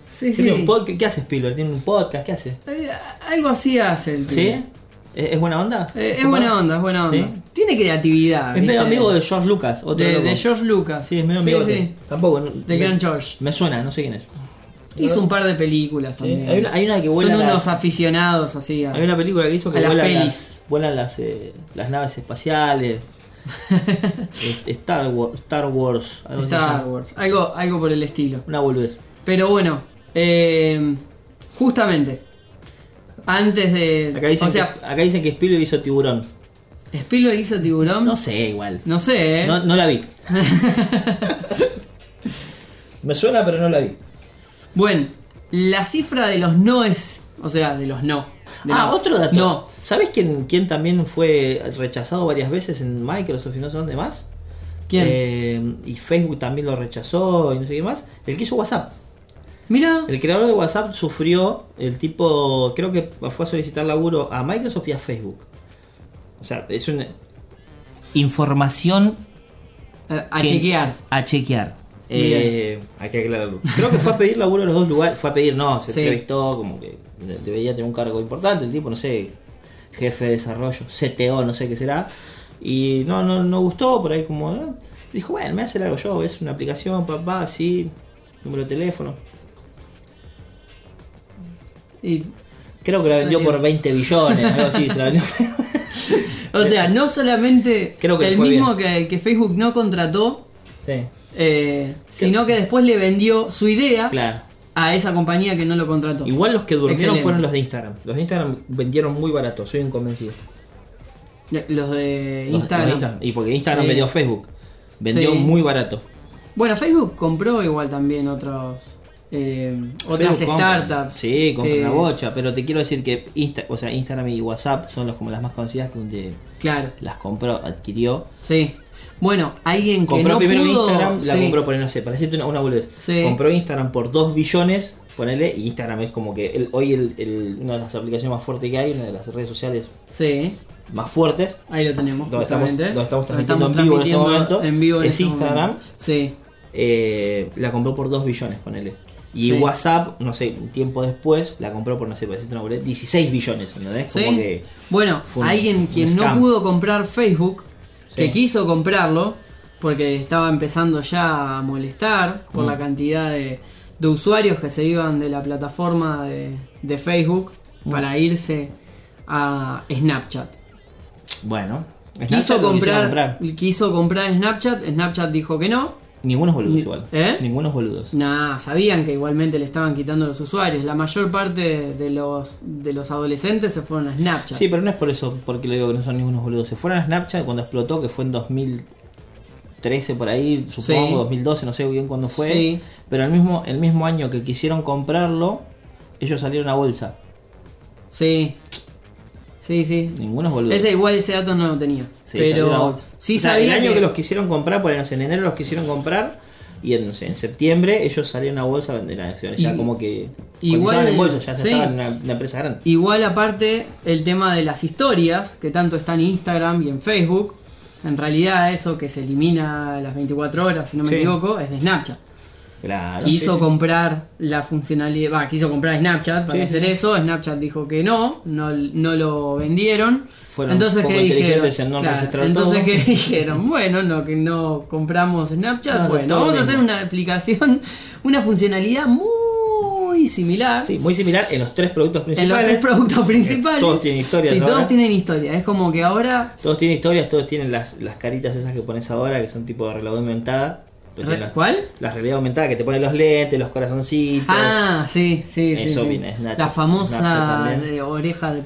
[SPEAKER 2] Sí,
[SPEAKER 1] ¿Qué, tiene un
[SPEAKER 2] sí.
[SPEAKER 1] pod- ¿Qué hace Spielberg? ¿Tiene un podcast? ¿Qué hace?
[SPEAKER 2] Eh, algo así hace el
[SPEAKER 1] ¿Sí?
[SPEAKER 2] tipo.
[SPEAKER 1] ¿Es, es buena onda?
[SPEAKER 2] Eh, es buena onda, es buena onda.
[SPEAKER 1] Sí.
[SPEAKER 2] Tiene creatividad.
[SPEAKER 1] Es medio
[SPEAKER 2] ¿viste?
[SPEAKER 1] amigo de George Lucas, otro
[SPEAKER 2] de,
[SPEAKER 1] loco.
[SPEAKER 2] de George Lucas.
[SPEAKER 1] Sí, es medio amigo
[SPEAKER 2] Sí,
[SPEAKER 1] de-
[SPEAKER 2] sí.
[SPEAKER 1] Tampoco. no-
[SPEAKER 2] Del
[SPEAKER 1] me-
[SPEAKER 2] gran George.
[SPEAKER 1] Me suena, no sé quién es.
[SPEAKER 2] Hizo un par de películas
[SPEAKER 1] Sí,
[SPEAKER 2] también.
[SPEAKER 1] Hay, una, hay una que
[SPEAKER 2] Son
[SPEAKER 1] vuela.
[SPEAKER 2] unos
[SPEAKER 1] las-
[SPEAKER 2] aficionados así. a-
[SPEAKER 1] hay una película que hizo que
[SPEAKER 2] a las
[SPEAKER 1] vuelan
[SPEAKER 2] pelis.
[SPEAKER 1] las, vuelan las, eh, las naves espaciales. Es- Star, Wars, Star Wars. algo así se
[SPEAKER 2] Star
[SPEAKER 1] llama.
[SPEAKER 2] Wars. Algo, algo por el estilo.
[SPEAKER 1] Una boludez.
[SPEAKER 2] Pero bueno, eh, justamente. Antes de.
[SPEAKER 1] Acá dicen,
[SPEAKER 2] o sea,
[SPEAKER 1] que, acá dicen que Spielberg hizo tiburón.
[SPEAKER 2] Spielberg hizo tiburón.
[SPEAKER 1] No
[SPEAKER 2] No,
[SPEAKER 1] sé, igual.
[SPEAKER 2] sé, ¿Mm? ¿eh?
[SPEAKER 1] No, no la vi. me suena, pero no la vi.
[SPEAKER 2] Bueno, la cifra de los noes. O sea, de los no. de
[SPEAKER 1] ah,
[SPEAKER 2] no.
[SPEAKER 1] otro dato.
[SPEAKER 2] No.
[SPEAKER 1] ¿Sabes quién, quién también fue rechazado varias veces en Microsoft y no sé dónde más?
[SPEAKER 2] ¿Quién?
[SPEAKER 1] Eh, y Facebook también lo rechazó y no sé qué más. El que hizo WhatsApp.
[SPEAKER 2] Mira.
[SPEAKER 1] El creador de WhatsApp sufrió, el tipo, creo que fue a solicitar laburo a Microsoft y a Facebook. O sea, es una información
[SPEAKER 2] eh, A
[SPEAKER 1] que-
[SPEAKER 2] chequear.
[SPEAKER 1] A chequear. Eh, hay que aclararlo. Creo que fue a pedir laburo a los dos lugares. Fue a pedir, no, se
[SPEAKER 2] Sí.
[SPEAKER 1] entrevistó, como que debería tener un cargo importante. El tipo, no sé, jefe de desarrollo, CTO, no sé qué será. Y no, no, no gustó, por ahí como. eh, Dijo, bueno, me hace algo yo, es una aplicación, papá, así, número de teléfono.
[SPEAKER 2] Y,
[SPEAKER 1] Creo que la vendió
[SPEAKER 2] Salió.
[SPEAKER 1] por 20 billones, algo así, se la vendió.
[SPEAKER 2] o sea, no solamente
[SPEAKER 1] Eh, Creo que le
[SPEAKER 2] el
[SPEAKER 1] fue
[SPEAKER 2] mismo que, que Facebook no contrató,
[SPEAKER 1] Sí,
[SPEAKER 2] eh, sino que después le vendió su idea
[SPEAKER 1] claro.
[SPEAKER 2] a esa compañía que no lo contrató.
[SPEAKER 1] Igual los que durmieron
[SPEAKER 2] Excelente.
[SPEAKER 1] fueron los de Instagram. Los de Instagram vendieron muy barato, soy un convencido.
[SPEAKER 2] Los de
[SPEAKER 1] Los-
[SPEAKER 2] Instagram.
[SPEAKER 1] los Instagram. Y porque Instagram
[SPEAKER 2] Sí.
[SPEAKER 1] vendió Facebook. Vendió
[SPEAKER 2] Sí.
[SPEAKER 1] muy barato.
[SPEAKER 2] Bueno, Facebook compró igual también otros eh, otras
[SPEAKER 1] Facebook compra.
[SPEAKER 2] startups. Eh,
[SPEAKER 1] Sí, compran
[SPEAKER 2] que-
[SPEAKER 1] la bocha. Pero te quiero decir que Insta- o sea, Instagram y WhatsApp son los, como las más conocidas donde
[SPEAKER 2] Claro,
[SPEAKER 1] las compró, adquirió.
[SPEAKER 2] sí. Bueno, alguien que
[SPEAKER 1] Compró
[SPEAKER 2] no
[SPEAKER 1] primero
[SPEAKER 2] pudo,
[SPEAKER 1] Instagram, la
[SPEAKER 2] sí,
[SPEAKER 1] compró por, no sé, para decirte una, una boludez.
[SPEAKER 2] Sí.
[SPEAKER 1] Compró Instagram por 2 billones, ponele, y Instagram es como que el- hoy el- el- una de las aplicaciones más fuertes que hay, una de las redes sociales
[SPEAKER 2] Sí,
[SPEAKER 1] más fuertes.
[SPEAKER 2] ahí lo tenemos.
[SPEAKER 1] Lo estamos-
[SPEAKER 2] justamente.
[SPEAKER 1] lo estamos transmitiendo en vivo en este
[SPEAKER 2] transmitiendo
[SPEAKER 1] momento.
[SPEAKER 2] en vivo
[SPEAKER 1] Es
[SPEAKER 2] en este momento.
[SPEAKER 1] Instagram.
[SPEAKER 2] Sí,
[SPEAKER 1] Eh, la compró por 2 billones, ponele. Y
[SPEAKER 2] Sí.
[SPEAKER 1] WhatsApp, no sé, un tiempo después, la compró por, no sé, para decirte una boludez, 16 billones, ¿entendés?
[SPEAKER 2] sí.
[SPEAKER 1] Como que.
[SPEAKER 2] bueno,
[SPEAKER 1] fue un-
[SPEAKER 2] alguien
[SPEAKER 1] un
[SPEAKER 2] quien no
[SPEAKER 1] scam.
[SPEAKER 2] pudo comprar Facebook, que
[SPEAKER 1] Sí.
[SPEAKER 2] quiso comprarlo, porque estaba empezando ya a molestar por
[SPEAKER 1] Mm.
[SPEAKER 2] la cantidad de, de usuarios que se iban de la plataforma de, de Facebook
[SPEAKER 1] Mm.
[SPEAKER 2] para irse a Snapchat.
[SPEAKER 1] Bueno.
[SPEAKER 2] Quiso
[SPEAKER 1] Snapchat lo quisieron
[SPEAKER 2] comprar, quiso comprar Snapchat, Snapchat dijo que no.
[SPEAKER 1] Ningunos boludos
[SPEAKER 2] Ni-
[SPEAKER 1] igual.
[SPEAKER 2] ¿Eh?
[SPEAKER 1] Ningunos boludos.
[SPEAKER 2] Nada, sabían que igualmente le estaban quitando los usuarios. La mayor parte de los de los adolescentes se fueron a Snapchat.
[SPEAKER 1] Sí, pero no es por eso, porque le digo que no son ningunos boludos. Se fueron a Snapchat cuando explotó, que fue en 2013 por ahí, supongo,
[SPEAKER 2] Sí.
[SPEAKER 1] 2012, no sé bien cuándo fue.
[SPEAKER 2] Sí.
[SPEAKER 1] Pero el mismo, el mismo año que quisieron comprarlo, ellos salieron a bolsa.
[SPEAKER 2] Sí. Sí, sí.
[SPEAKER 1] Ningunos boludos.
[SPEAKER 2] Ese igual ese dato no lo tenía.
[SPEAKER 1] Sí, salió la
[SPEAKER 2] pero
[SPEAKER 1] bolsa.
[SPEAKER 2] sí
[SPEAKER 1] O sea,
[SPEAKER 2] sabía
[SPEAKER 1] El año que...
[SPEAKER 2] que-
[SPEAKER 1] los quisieron comprar, por ahí, no sé, en enero los quisieron comprar y en, no sé, en septiembre ellos salieron a bolsa de las acciones. Ya
[SPEAKER 2] Y-
[SPEAKER 1] como que.
[SPEAKER 2] igual-
[SPEAKER 1] cotizaban en bolsa, ya se
[SPEAKER 2] sí.
[SPEAKER 1] estaban en una, una empresa grande.
[SPEAKER 2] Igual aparte el tema de las historias, que tanto está en Instagram y en Facebook, en realidad eso que se elimina a las 24 horas, si no me
[SPEAKER 1] Sí.
[SPEAKER 2] equivoco, es de Snapchat.
[SPEAKER 1] Claro. Ah,
[SPEAKER 2] Quiso
[SPEAKER 1] sí, sí.
[SPEAKER 2] comprar la funcionalidad, va, quiso comprar Snapchat para
[SPEAKER 1] Sí,
[SPEAKER 2] hacer
[SPEAKER 1] sí.
[SPEAKER 2] eso, Snapchat dijo que no, no, no lo vendieron.
[SPEAKER 1] Fueron
[SPEAKER 2] entonces
[SPEAKER 1] poco
[SPEAKER 2] que dijeron,
[SPEAKER 1] inteligentes en no
[SPEAKER 2] Claro,
[SPEAKER 1] registrar
[SPEAKER 2] entonces
[SPEAKER 1] todo.
[SPEAKER 2] que dijeron, bueno, no que no compramos Snapchat,
[SPEAKER 1] No,
[SPEAKER 2] bueno,
[SPEAKER 1] todo
[SPEAKER 2] vamos a
[SPEAKER 1] mismo.
[SPEAKER 2] hacer una aplicación, una funcionalidad muy similar.
[SPEAKER 1] Sí, muy similar en los tres productos
[SPEAKER 2] En los
[SPEAKER 1] principales. Eh,
[SPEAKER 2] tres productos principales.
[SPEAKER 1] Todos tienen historias
[SPEAKER 2] Sí,
[SPEAKER 1] ahora.
[SPEAKER 2] todos tienen historia. Es como que ahora
[SPEAKER 1] Todos tienen historias, todos tienen las, las caritas esas que pones ahora, que son tipo de realidad aumentada. Los
[SPEAKER 2] Re-
[SPEAKER 1] de las-
[SPEAKER 2] ¿cuál?
[SPEAKER 1] Las realidad aumentada, que te ponen los lentes, los corazoncitos.
[SPEAKER 2] Ah, sí, sí, sí,
[SPEAKER 1] Eso
[SPEAKER 2] sí.
[SPEAKER 1] viene, es Nacho.
[SPEAKER 2] La
[SPEAKER 1] Nacho
[SPEAKER 2] famosa
[SPEAKER 1] también.
[SPEAKER 2] de oreja de
[SPEAKER 1] Las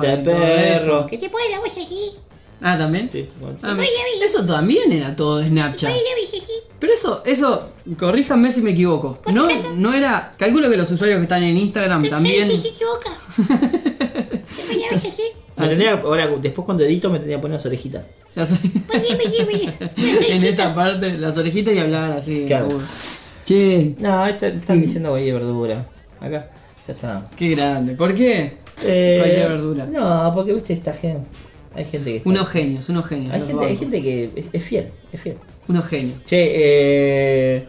[SPEAKER 1] revistas de
[SPEAKER 2] y todo eso.
[SPEAKER 1] perro.
[SPEAKER 4] Que te pone la voz así.
[SPEAKER 2] Ah, también.
[SPEAKER 1] Sí, Este, bueno.
[SPEAKER 2] Ah, mira. eso también era todo de Snapchat.
[SPEAKER 4] Pone la voz así.
[SPEAKER 2] Pero eso, eso, corríjanme si me equivoco. No, no era. Calculo que los usuarios que están en Instagram también.
[SPEAKER 4] Si se equivoca. Te pone la voz así.
[SPEAKER 1] Me tendría- ahora, después cuando edito me tendría que poner las orejitas.
[SPEAKER 2] las-
[SPEAKER 4] Pone la voz así, pone la voz
[SPEAKER 2] en
[SPEAKER 4] así.
[SPEAKER 2] esta parte, las orejitas y hablar así.
[SPEAKER 1] Claro.
[SPEAKER 2] agudo. Che,
[SPEAKER 1] No, esta- están diciendo güey de verdura. Acá, ya está.
[SPEAKER 2] qué grande. ¿Por qué?
[SPEAKER 1] Eh,
[SPEAKER 2] Cualquier verdura.
[SPEAKER 1] No, porque viste esta gente. Hay gente que. está-
[SPEAKER 2] Unos genios, unos genios.
[SPEAKER 1] hay,
[SPEAKER 2] los
[SPEAKER 1] gente, hay
[SPEAKER 2] vagos.
[SPEAKER 1] gente que es, es fiel, es fiel.
[SPEAKER 2] Unos genios.
[SPEAKER 1] Che, eh.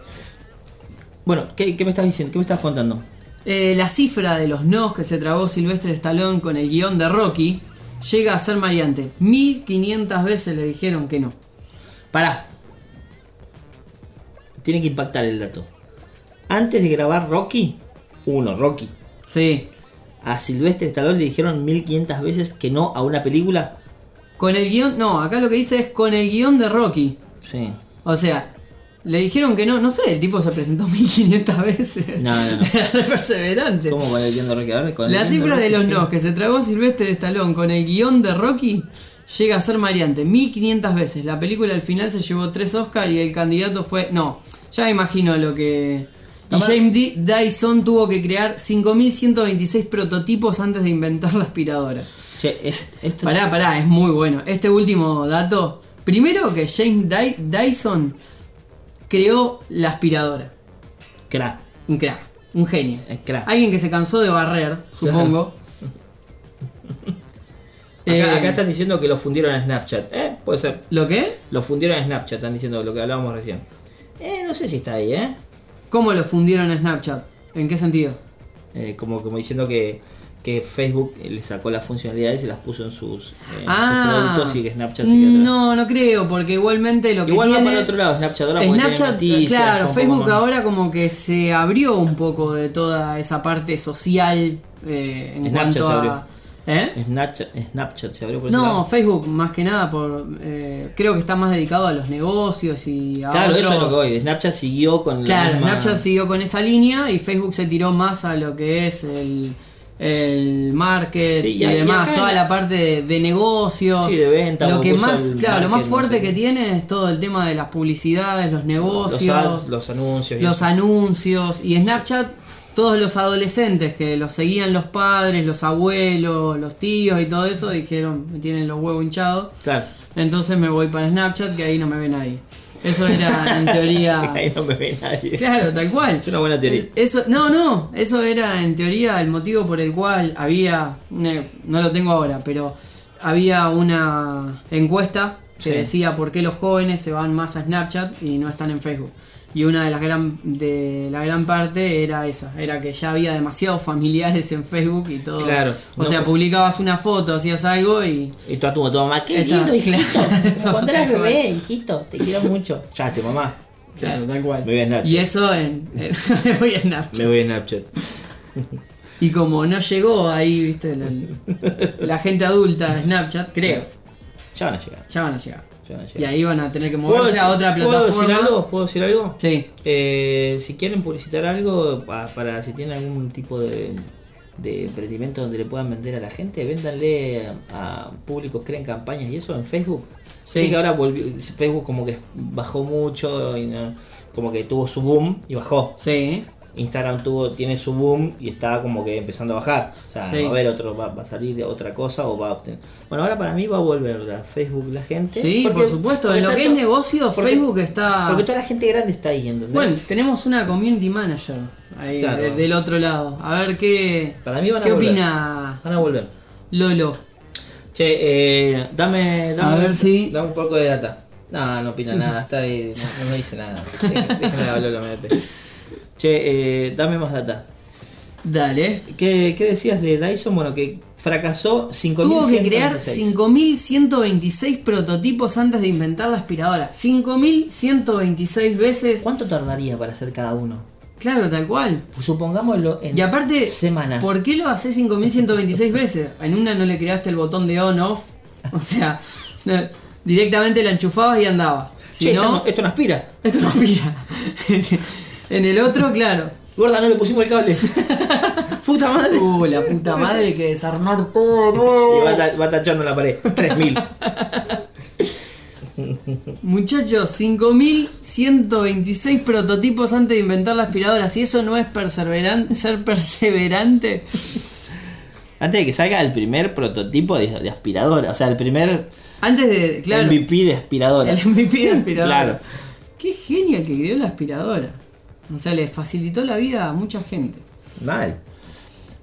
[SPEAKER 1] Bueno, ¿qué, qué me estás diciendo? ¿Qué me estás contando?
[SPEAKER 2] Eh, la cifra de los nos que se tragó Silvestre Stallone con el guión de Rocky llega a ser variante. 1500 veces le dijeron que no. Pará,
[SPEAKER 1] Tiene que impactar el dato. Antes de grabar Rocky, uno, Rocky.
[SPEAKER 2] sí.
[SPEAKER 1] A Silvestre Stallone le dijeron 1500 veces que no a una película.
[SPEAKER 2] Con el guión, no, acá lo que dice es con el guión de Rocky.
[SPEAKER 1] Sí.
[SPEAKER 2] O sea, le dijeron que no, no sé, el tipo se presentó 1500 veces.
[SPEAKER 1] No, no, no.
[SPEAKER 2] Era re perseverante.
[SPEAKER 1] ¿Cómo con el guión de Rocky? A ver, con el
[SPEAKER 2] La
[SPEAKER 1] guión
[SPEAKER 2] cifra de
[SPEAKER 1] Rocky,
[SPEAKER 2] los
[SPEAKER 1] sí.
[SPEAKER 2] no que se tragó Sylvester Stallone con el guión de Rocky llega a ser mareante 1500 veces. La película al final se llevó tres Oscar y el candidato fue. No, ya me imagino lo que. Y
[SPEAKER 1] Capaz-
[SPEAKER 2] James D. Dyson tuvo que crear 5126 prototipos antes de inventar la aspiradora.
[SPEAKER 1] Che, es- esto
[SPEAKER 2] Pará, pará, es muy bueno. Este último dato. Primero que James Dy- Dyson creó la aspiradora.
[SPEAKER 1] Cra.
[SPEAKER 2] Un crack, un genio.
[SPEAKER 1] Es crack.
[SPEAKER 2] Alguien que se cansó de barrer, supongo.
[SPEAKER 1] Acá,
[SPEAKER 2] Eh,
[SPEAKER 1] acá están diciendo que lo fundieron a Snapchat. ¿Eh? Puede ser.
[SPEAKER 2] ¿Lo qué?
[SPEAKER 1] Lo fundieron a Snapchat, están diciendo lo que hablábamos recién. Eh, no sé si está ahí, ¿eh?
[SPEAKER 2] ¿Cómo lo fundieron a Snapchat? ¿En qué sentido?
[SPEAKER 1] Eh, como, como diciendo que, que Facebook le sacó las funcionalidades y las puso en sus, eh, en sus productos y que Snapchat se quedó atrás.
[SPEAKER 2] Ah. no, no creo, porque igualmente lo que
[SPEAKER 1] Igual va
[SPEAKER 2] tiene...
[SPEAKER 1] para otro lado, Snapchat ahora porque tiene
[SPEAKER 2] Snapchat,
[SPEAKER 1] noticias,
[SPEAKER 2] claro,
[SPEAKER 1] son como
[SPEAKER 2] Facebook
[SPEAKER 1] más-
[SPEAKER 2] ahora como que se abrió un poco de toda esa parte social eh, en
[SPEAKER 1] Snapchat
[SPEAKER 2] cuanto
[SPEAKER 1] se
[SPEAKER 2] a...
[SPEAKER 1] abrió.
[SPEAKER 2] ¿eh?
[SPEAKER 1] Snapchat, Snapchat se abrió por ese
[SPEAKER 2] No,
[SPEAKER 1] lado.
[SPEAKER 2] Facebook más que nada por eh, creo que está más dedicado a los negocios y a
[SPEAKER 1] Claro,
[SPEAKER 2] otros.
[SPEAKER 1] eso es lo que voy. Snapchat siguió con la
[SPEAKER 2] Claro,
[SPEAKER 1] misma-
[SPEAKER 2] Snapchat siguió con esa línea y Facebook se tiró más a lo que es el, el market
[SPEAKER 1] Sí,
[SPEAKER 2] y,
[SPEAKER 1] y ahí-
[SPEAKER 2] demás,
[SPEAKER 1] y acá
[SPEAKER 2] toda
[SPEAKER 1] en-
[SPEAKER 2] la parte de, de negocios.
[SPEAKER 1] Sí, de ventas,
[SPEAKER 2] Lo que
[SPEAKER 1] usa
[SPEAKER 2] más,
[SPEAKER 1] el
[SPEAKER 2] claro, lo más
[SPEAKER 1] market,
[SPEAKER 2] fuerte
[SPEAKER 1] no sé.
[SPEAKER 2] que tiene es todo el tema de las publicidades, los
[SPEAKER 1] los,
[SPEAKER 2] negocios,
[SPEAKER 1] ads, los anuncios. y
[SPEAKER 2] los
[SPEAKER 1] eso.
[SPEAKER 2] anuncios y Snapchat. Todos los adolescentes que los seguían los padres, los abuelos, los tíos y todo eso, dijeron, me tienen los huevos hinchados.
[SPEAKER 1] Claro.
[SPEAKER 2] Entonces me voy para Snapchat, que ahí no me ve nadie. Eso era, en teoría,
[SPEAKER 1] Ahí no me ve nadie.
[SPEAKER 2] Claro, tal cual.
[SPEAKER 1] Es una buena teoría.
[SPEAKER 2] Es- Eso, no, no, eso era en teoría el motivo por el cual había, una- no lo tengo ahora, pero había una encuesta que
[SPEAKER 1] Sí.
[SPEAKER 2] decía por qué los jóvenes se van más a Snapchat y no están en Facebook. Y una de las gran de la gran parte era esa, era que ya había demasiados familiares en Facebook y todo.
[SPEAKER 1] Claro.
[SPEAKER 2] O
[SPEAKER 1] No,
[SPEAKER 2] sea,
[SPEAKER 1] pero-
[SPEAKER 2] publicabas una foto, hacías algo y
[SPEAKER 1] Y tú a tu, a tu mamá, qué
[SPEAKER 2] Está-
[SPEAKER 1] lindo, hijito.
[SPEAKER 2] Claro.
[SPEAKER 1] Cuando eras
[SPEAKER 2] Tal cual.
[SPEAKER 1] bebé, hijito, te quiero mucho. Ya, te mamá.
[SPEAKER 2] claro, tal cual.
[SPEAKER 1] Me voy a Snapchat.
[SPEAKER 2] Y eso en, en- voy a Snapchat.
[SPEAKER 1] Me voy a Snapchat.
[SPEAKER 2] Y como no llegó ahí, viste, la, la gente adulta de Snapchat, creo,
[SPEAKER 1] Ya van a llegar.
[SPEAKER 2] ya van a llegar.
[SPEAKER 1] Ya van a
[SPEAKER 2] Y
[SPEAKER 1] llegar.
[SPEAKER 2] ahí van a tener que
[SPEAKER 1] ¿Puedo
[SPEAKER 2] moverse a
[SPEAKER 1] decir-
[SPEAKER 2] otra
[SPEAKER 1] ¿Puedo decir
[SPEAKER 2] plataforma.
[SPEAKER 1] algo? ¿Puedo decir algo?
[SPEAKER 2] Sí,
[SPEAKER 1] Eh, si quieren publicitar algo, pa- para, si tienen algún tipo de, de emprendimiento donde le puedan vender a la gente, véndanle a públicos, creen campañas y eso en Facebook.
[SPEAKER 2] Sí.
[SPEAKER 1] Viste que ahora volvió- Facebook como que bajó mucho, y no- como que tuvo su boom y bajó.
[SPEAKER 2] sí, ¿eh?
[SPEAKER 1] Instagram tuvo, tiene su boom y está como que empezando a bajar. O sea,
[SPEAKER 2] Sí.
[SPEAKER 1] va a haber otro, va, va a salir otra cosa o va a obtener. Bueno, ahora para mí va a volver la Facebook la gente.
[SPEAKER 2] sí,
[SPEAKER 1] porque-
[SPEAKER 2] por supuesto.
[SPEAKER 1] porque
[SPEAKER 2] En lo
[SPEAKER 1] está
[SPEAKER 2] que es
[SPEAKER 1] to-
[SPEAKER 2] negocio,
[SPEAKER 1] porque-
[SPEAKER 2] Facebook está...
[SPEAKER 1] Porque toda la gente grande está ahí, ¿entendés?
[SPEAKER 2] Bueno, tenemos una community manager ahí
[SPEAKER 1] Claro.
[SPEAKER 2] de- del otro lado. A ver qué,
[SPEAKER 1] Para mí van a
[SPEAKER 2] qué
[SPEAKER 1] volver.
[SPEAKER 2] opina
[SPEAKER 1] Van a volver.
[SPEAKER 2] Lolo.
[SPEAKER 1] Che, eh, dame, dame,
[SPEAKER 2] A ver si-
[SPEAKER 1] dame un poco de data. No, no opina nada, está ahí, no, no me dice nada. Déjame hablar, lo me date. Che, eh, dame más data.
[SPEAKER 2] Dale.
[SPEAKER 1] ¿Qué, ¿Qué decías de Dyson? Bueno, que fracasó 5.146.
[SPEAKER 2] Tuvo que crear 5.126 prototipos antes de inventar la aspiradora. 5.126 veces.
[SPEAKER 1] ¿Cuánto tardaría para hacer cada uno?
[SPEAKER 2] Claro, tal cual.
[SPEAKER 1] Pues supongámoslo en
[SPEAKER 2] Y aparte,
[SPEAKER 1] semanas.
[SPEAKER 2] ¿por qué lo haces 5126 veces? En una no le creaste el botón de on, off. O sea, no, directamente la enchufabas y andaba. Si
[SPEAKER 1] Che, esto,
[SPEAKER 2] no,
[SPEAKER 1] no, esto no aspira.
[SPEAKER 2] esto no aspira. en el otro, claro.
[SPEAKER 1] Gorda, no le pusimos el cable. Puta madre.
[SPEAKER 2] Uh, la puta madre que desarmar todo.
[SPEAKER 1] Y va, ta- va tachando la pared. 3.000.
[SPEAKER 2] Muchachos, 5126 prototipos antes de inventar la aspiradora. Si eso no es perseveran ser perseverante,
[SPEAKER 1] Antes de que salga el primer prototipo de, de aspiradora, o sea, el primer
[SPEAKER 2] antes de. Claro,
[SPEAKER 1] MVP de aspiradora.
[SPEAKER 2] El MVP de aspiradora.
[SPEAKER 1] Claro.
[SPEAKER 2] Qué genio el que creó la aspiradora. O sea, le facilitó la vida a mucha gente.
[SPEAKER 1] Mal.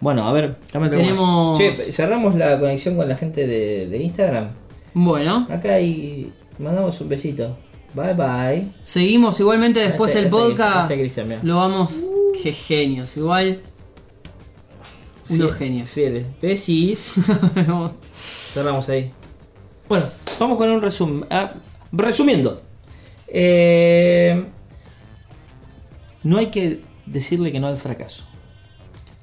[SPEAKER 1] Bueno, a ver, dame algo más.
[SPEAKER 2] Tenemos-
[SPEAKER 1] Che, cerramos la conexión con la gente de, de Instagram.
[SPEAKER 2] Bueno,
[SPEAKER 1] Acá y mandamos un besito. Bye bye.
[SPEAKER 2] seguimos igualmente después
[SPEAKER 1] Este-
[SPEAKER 2] el
[SPEAKER 1] este-
[SPEAKER 2] podcast.
[SPEAKER 1] este Cristian, mirá.
[SPEAKER 2] lo vamos. Qué genios, igual. Unos
[SPEAKER 1] Fie-
[SPEAKER 2] genios.
[SPEAKER 1] Fieles. Besis.
[SPEAKER 2] No.
[SPEAKER 1] Cerramos ahí. Bueno, vamos con un resumen. Ah, resumiendo. Eh, no hay que decirle que no al fracaso.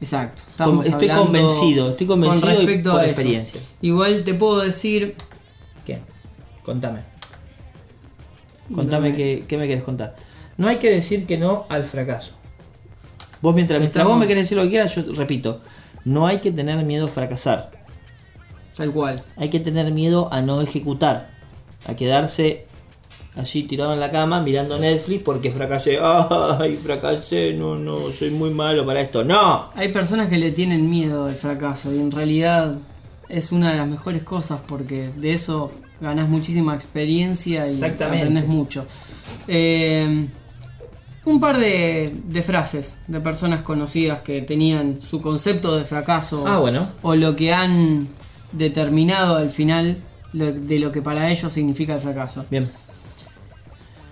[SPEAKER 2] Exacto.
[SPEAKER 1] Con-
[SPEAKER 2] estamos
[SPEAKER 1] estoy
[SPEAKER 2] hablando
[SPEAKER 1] convencido, estoy convencido
[SPEAKER 2] con
[SPEAKER 1] y
[SPEAKER 2] respecto
[SPEAKER 1] por
[SPEAKER 2] a eso.
[SPEAKER 1] experiencia.
[SPEAKER 2] Igual te puedo decir,
[SPEAKER 1] ¿Qué? Contame. Contame qué, qué me querés contar. No hay que decir que no al fracaso. Vos mientras, mientras
[SPEAKER 2] Estamos-
[SPEAKER 1] vos me querés decir lo que quieras, yo repito. No hay que tener miedo a fracasar.
[SPEAKER 2] tal cual.
[SPEAKER 1] Hay que tener miedo a no ejecutar, a quedarse allí tirado en la cama mirando Netflix porque fracasé. Ay, fracasé, no, no, soy muy malo para esto. No.
[SPEAKER 2] Hay personas que le tienen miedo al fracaso y en realidad es una de las mejores cosas porque de eso ganás muchísima experiencia y
[SPEAKER 1] Exactamente.
[SPEAKER 2] aprendes mucho. Eh, un par de, de frases de personas conocidas que tenían su concepto de fracaso
[SPEAKER 1] Ah, bueno.
[SPEAKER 2] o lo que han determinado al final lo- de lo que para ellos significa el fracaso.
[SPEAKER 1] Bien.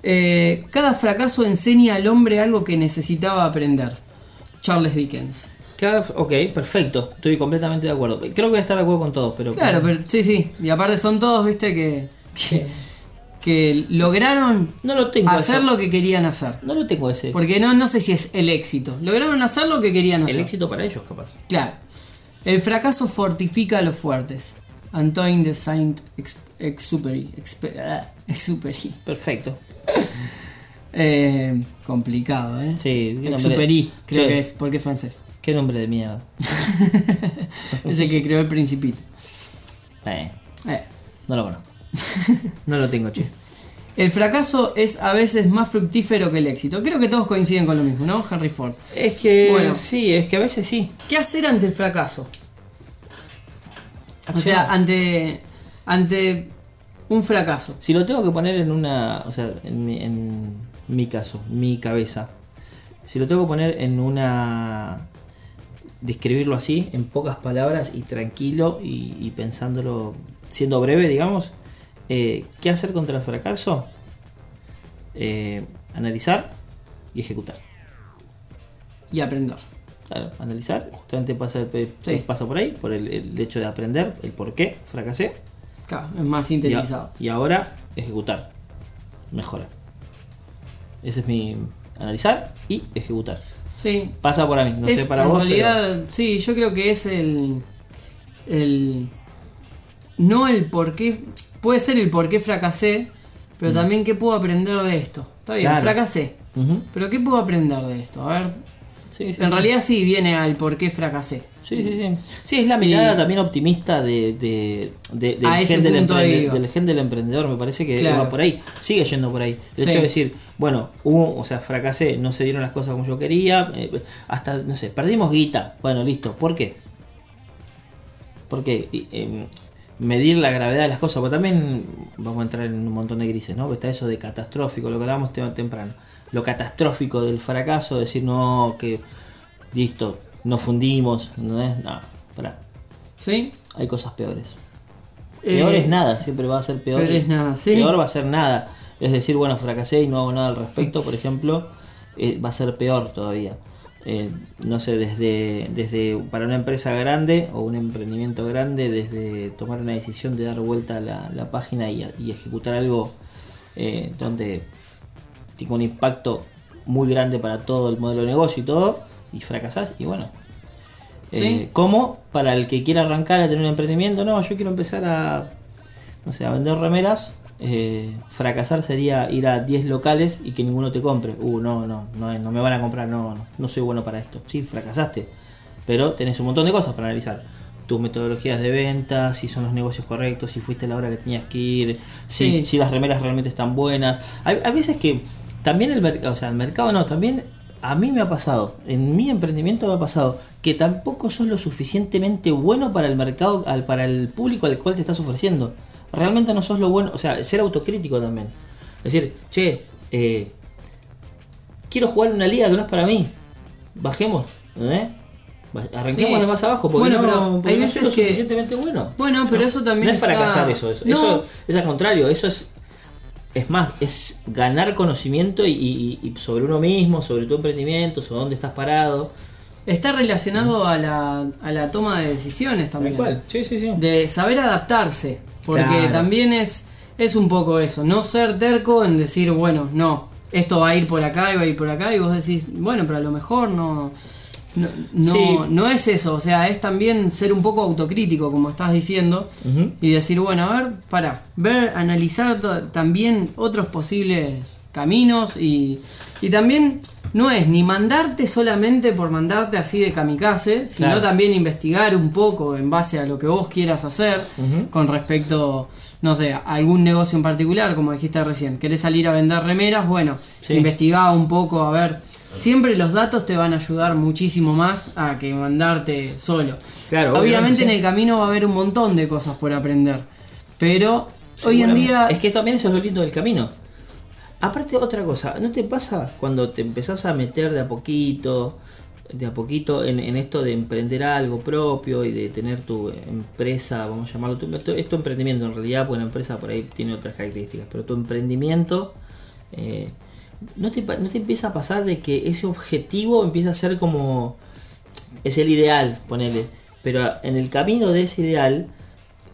[SPEAKER 2] Eh, cada fracaso enseña al hombre algo que necesitaba aprender. Charles Dickens.
[SPEAKER 1] Cada, ok, perfecto. Estoy completamente de acuerdo. Creo que voy a estar de acuerdo con todos, pero...
[SPEAKER 2] Claro, pero sí, sí. Y aparte son todos, viste, que, que lograron
[SPEAKER 1] No lo tengo.
[SPEAKER 2] hacer
[SPEAKER 1] eso.
[SPEAKER 2] lo que querían hacer.
[SPEAKER 1] No lo tengo ese.
[SPEAKER 2] Porque no, no sé si es el éxito. Lograron hacer lo que querían hacer.
[SPEAKER 1] El éxito para ellos, capaz.
[SPEAKER 2] Claro. El fracaso fortifica a los fuertes. Antoine de Saint-Exupéry. Expe- ah, Exupéry.
[SPEAKER 1] Perfecto.
[SPEAKER 2] Eh, complicado, ¿eh?
[SPEAKER 1] Sí, un nombre-
[SPEAKER 2] Exupéry, creo
[SPEAKER 1] Sí.
[SPEAKER 2] que es, porque es francés.
[SPEAKER 1] Qué nombre de mierda.
[SPEAKER 2] es el que creó el Principito.
[SPEAKER 1] Eh,
[SPEAKER 2] Eh.
[SPEAKER 1] no lo conozco. No lo tengo, che.
[SPEAKER 2] El fracaso es a veces más fructífero que el éxito. Creo que todos coinciden con lo mismo, ¿no? Henry Ford.
[SPEAKER 1] Es que...
[SPEAKER 2] Bueno.
[SPEAKER 1] Sí, es que a veces sí.
[SPEAKER 2] ¿Qué hacer ante el fracaso? O sea, ante, ante un fracaso.
[SPEAKER 1] Si lo tengo que poner en una. O sea, en mi, en mi caso, mi cabeza. Si lo tengo que poner en una. Describirlo así, en pocas palabras y tranquilo y, y pensándolo, siendo breve, digamos. eh, ¿Qué hacer contra el fracaso? Eh, analizar y ejecutar.
[SPEAKER 2] Y aprender.
[SPEAKER 1] Claro, analizar, justamente pasa, eh,
[SPEAKER 2] Sí.
[SPEAKER 1] pasa por ahí, por el, el hecho de aprender, el por qué fracasé.
[SPEAKER 2] Claro, es más
[SPEAKER 1] Y, a-
[SPEAKER 2] sintetizado.
[SPEAKER 1] y ahora ejecutar. Mejora. Ese es mi analizar y ejecutar.
[SPEAKER 2] Sí.
[SPEAKER 1] Pasa por mí, no
[SPEAKER 2] Es,
[SPEAKER 1] sé para
[SPEAKER 2] en
[SPEAKER 1] vos.
[SPEAKER 2] realidad, sí, yo creo que es el. El. No el por qué. Puede ser el por qué fracasé, pero también qué puedo aprender de esto. Está bien,
[SPEAKER 1] Mm. Claro.
[SPEAKER 2] fracasé.
[SPEAKER 1] pero- Ujú.
[SPEAKER 2] Pero qué puedo aprender de esto. A ver.
[SPEAKER 1] Sí, sí,
[SPEAKER 2] En
[SPEAKER 1] sí.
[SPEAKER 2] realidad sí viene al por qué fracasé.
[SPEAKER 1] Sí, sí, sí. Sí, es la mirada
[SPEAKER 2] Y-
[SPEAKER 1] también optimista de, de, de- del,
[SPEAKER 2] A ese
[SPEAKER 1] gen del,
[SPEAKER 2] punto
[SPEAKER 1] emprende-
[SPEAKER 2] iba.
[SPEAKER 1] del gen del emprendedor. Me parece que
[SPEAKER 2] Claro.
[SPEAKER 1] va por ahí. Sigue yendo por ahí. El
[SPEAKER 2] Sí.
[SPEAKER 1] hecho de decir, bueno, hubo, o sea, fracasé, no se dieron las cosas como yo quería. eh, hasta, no sé, perdimos guita. Bueno, listo. ¿Por qué? Porque y, em, medir la gravedad de las cosas, porque también vamos a entrar en un montón de grises, ¿no? Porque está eso de catastrófico, lo que hablábamos tem- temprano. Lo catastrófico del fracaso, decir, no, que listo, nos fundimos, ¿no es? No, pará,
[SPEAKER 2] ¿Sí?
[SPEAKER 1] hay cosas peores.
[SPEAKER 2] Eh,
[SPEAKER 1] Peor es nada, siempre va a ser peor.
[SPEAKER 2] peor es nada, sí.
[SPEAKER 1] Peor va a ser nada. Es decir, bueno, fracasé y no hago nada al respecto, por ejemplo, eh, va a ser peor todavía. Eh, no sé, desde, desde para una empresa grande o un emprendimiento grande, desde tomar una decisión de dar vuelta a la, la página y, y ejecutar algo eh, donde tiene un impacto muy grande para todo el modelo de negocio y todo, y fracasás, y bueno. Eh,
[SPEAKER 2] Sí.
[SPEAKER 1] como para el que quiera arrancar a tener un emprendimiento, no, yo quiero empezar a, no sé, a vender remeras. eh, fracasar sería ir a 10 locales y que ninguno te compre. Uh, no, no, no, no me van a comprar, no, no, no soy bueno para esto. Sí, fracasaste, pero tenés un montón de cosas para analizar. Tus metodologías de venta, si son los negocios correctos, si fuiste a la hora que tenías que ir, si,
[SPEAKER 2] Sí.
[SPEAKER 1] si las remeras realmente están buenas. Hay, hay veces que también el mercado, o sea, el mercado no, también a mí me ha pasado, en mi emprendimiento me ha pasado, que tampoco sos lo suficientemente bueno para el mercado, al, para el público al cual te estás ofreciendo. Realmente no sos lo bueno, o sea, ser autocrítico también. Es decir, che, eh, quiero jugar en una liga que no es para mí. Bajemos, ¿eh? Ba- Arranquemos
[SPEAKER 2] Sí.
[SPEAKER 1] de más abajo porque
[SPEAKER 2] Bueno,
[SPEAKER 1] no,
[SPEAKER 2] pero
[SPEAKER 1] porque
[SPEAKER 2] hay
[SPEAKER 1] no
[SPEAKER 2] veces
[SPEAKER 1] soy lo
[SPEAKER 2] que-
[SPEAKER 1] suficientemente bueno.
[SPEAKER 2] Bueno, pero eso también
[SPEAKER 1] No es
[SPEAKER 2] está-
[SPEAKER 1] fracasar eso, eso,
[SPEAKER 2] No.
[SPEAKER 1] eso es al contrario, eso es es más, es ganar conocimiento y, y- y sobre uno mismo, sobre tu emprendimiento, sobre dónde estás parado.
[SPEAKER 2] Está relacionado a la, a la toma de decisiones
[SPEAKER 1] Tal
[SPEAKER 2] también.
[SPEAKER 1] cual. Sí, sí, sí.
[SPEAKER 2] De saber adaptarse. Porque
[SPEAKER 1] Claro.
[SPEAKER 2] también es, es un poco eso. No ser terco en decir, bueno, no, esto va a ir por acá y va a ir por acá. Y vos decís, bueno, pero a lo mejor no. No, no,
[SPEAKER 1] Sí.
[SPEAKER 2] no es eso, o sea, es también ser un poco autocrítico, como estás diciendo,
[SPEAKER 1] Ujú.
[SPEAKER 2] y decir, bueno, a ver, para, ver, analizar to- también otros posibles caminos y, y también no es ni mandarte solamente por mandarte así de kamikaze, sino
[SPEAKER 1] Claro.
[SPEAKER 2] también investigar un poco en base a lo que vos quieras hacer con respecto, no sé, a algún negocio en particular, como dijiste recién, querés salir a vender remeras, bueno,
[SPEAKER 1] Sí.
[SPEAKER 2] investigá un poco, a ver. Siempre los datos te van a ayudar muchísimo más a que mandarte solo.
[SPEAKER 1] Claro, obviamente,
[SPEAKER 2] obviamente en
[SPEAKER 1] sí.
[SPEAKER 2] el camino va a haber un montón de cosas por aprender, pero hoy en
[SPEAKER 1] Seguramente.
[SPEAKER 2] día
[SPEAKER 1] Es que también eso es lo lindo del camino. Aparte, otra cosa, ¿no te pasa cuando te empezás a meter de a poquito, de a poquito en, en esto de emprender algo propio y de tener tu empresa, vamos a llamarlo, tu, tu- es tu emprendimiento en realidad, porque la empresa por ahí tiene otras características, pero tu emprendimiento, eh, ¿no, te, pa- ¿no te empieza a pasar de que ese objetivo empieza a ser como, es el ideal, ponele, pero en el camino de ese ideal,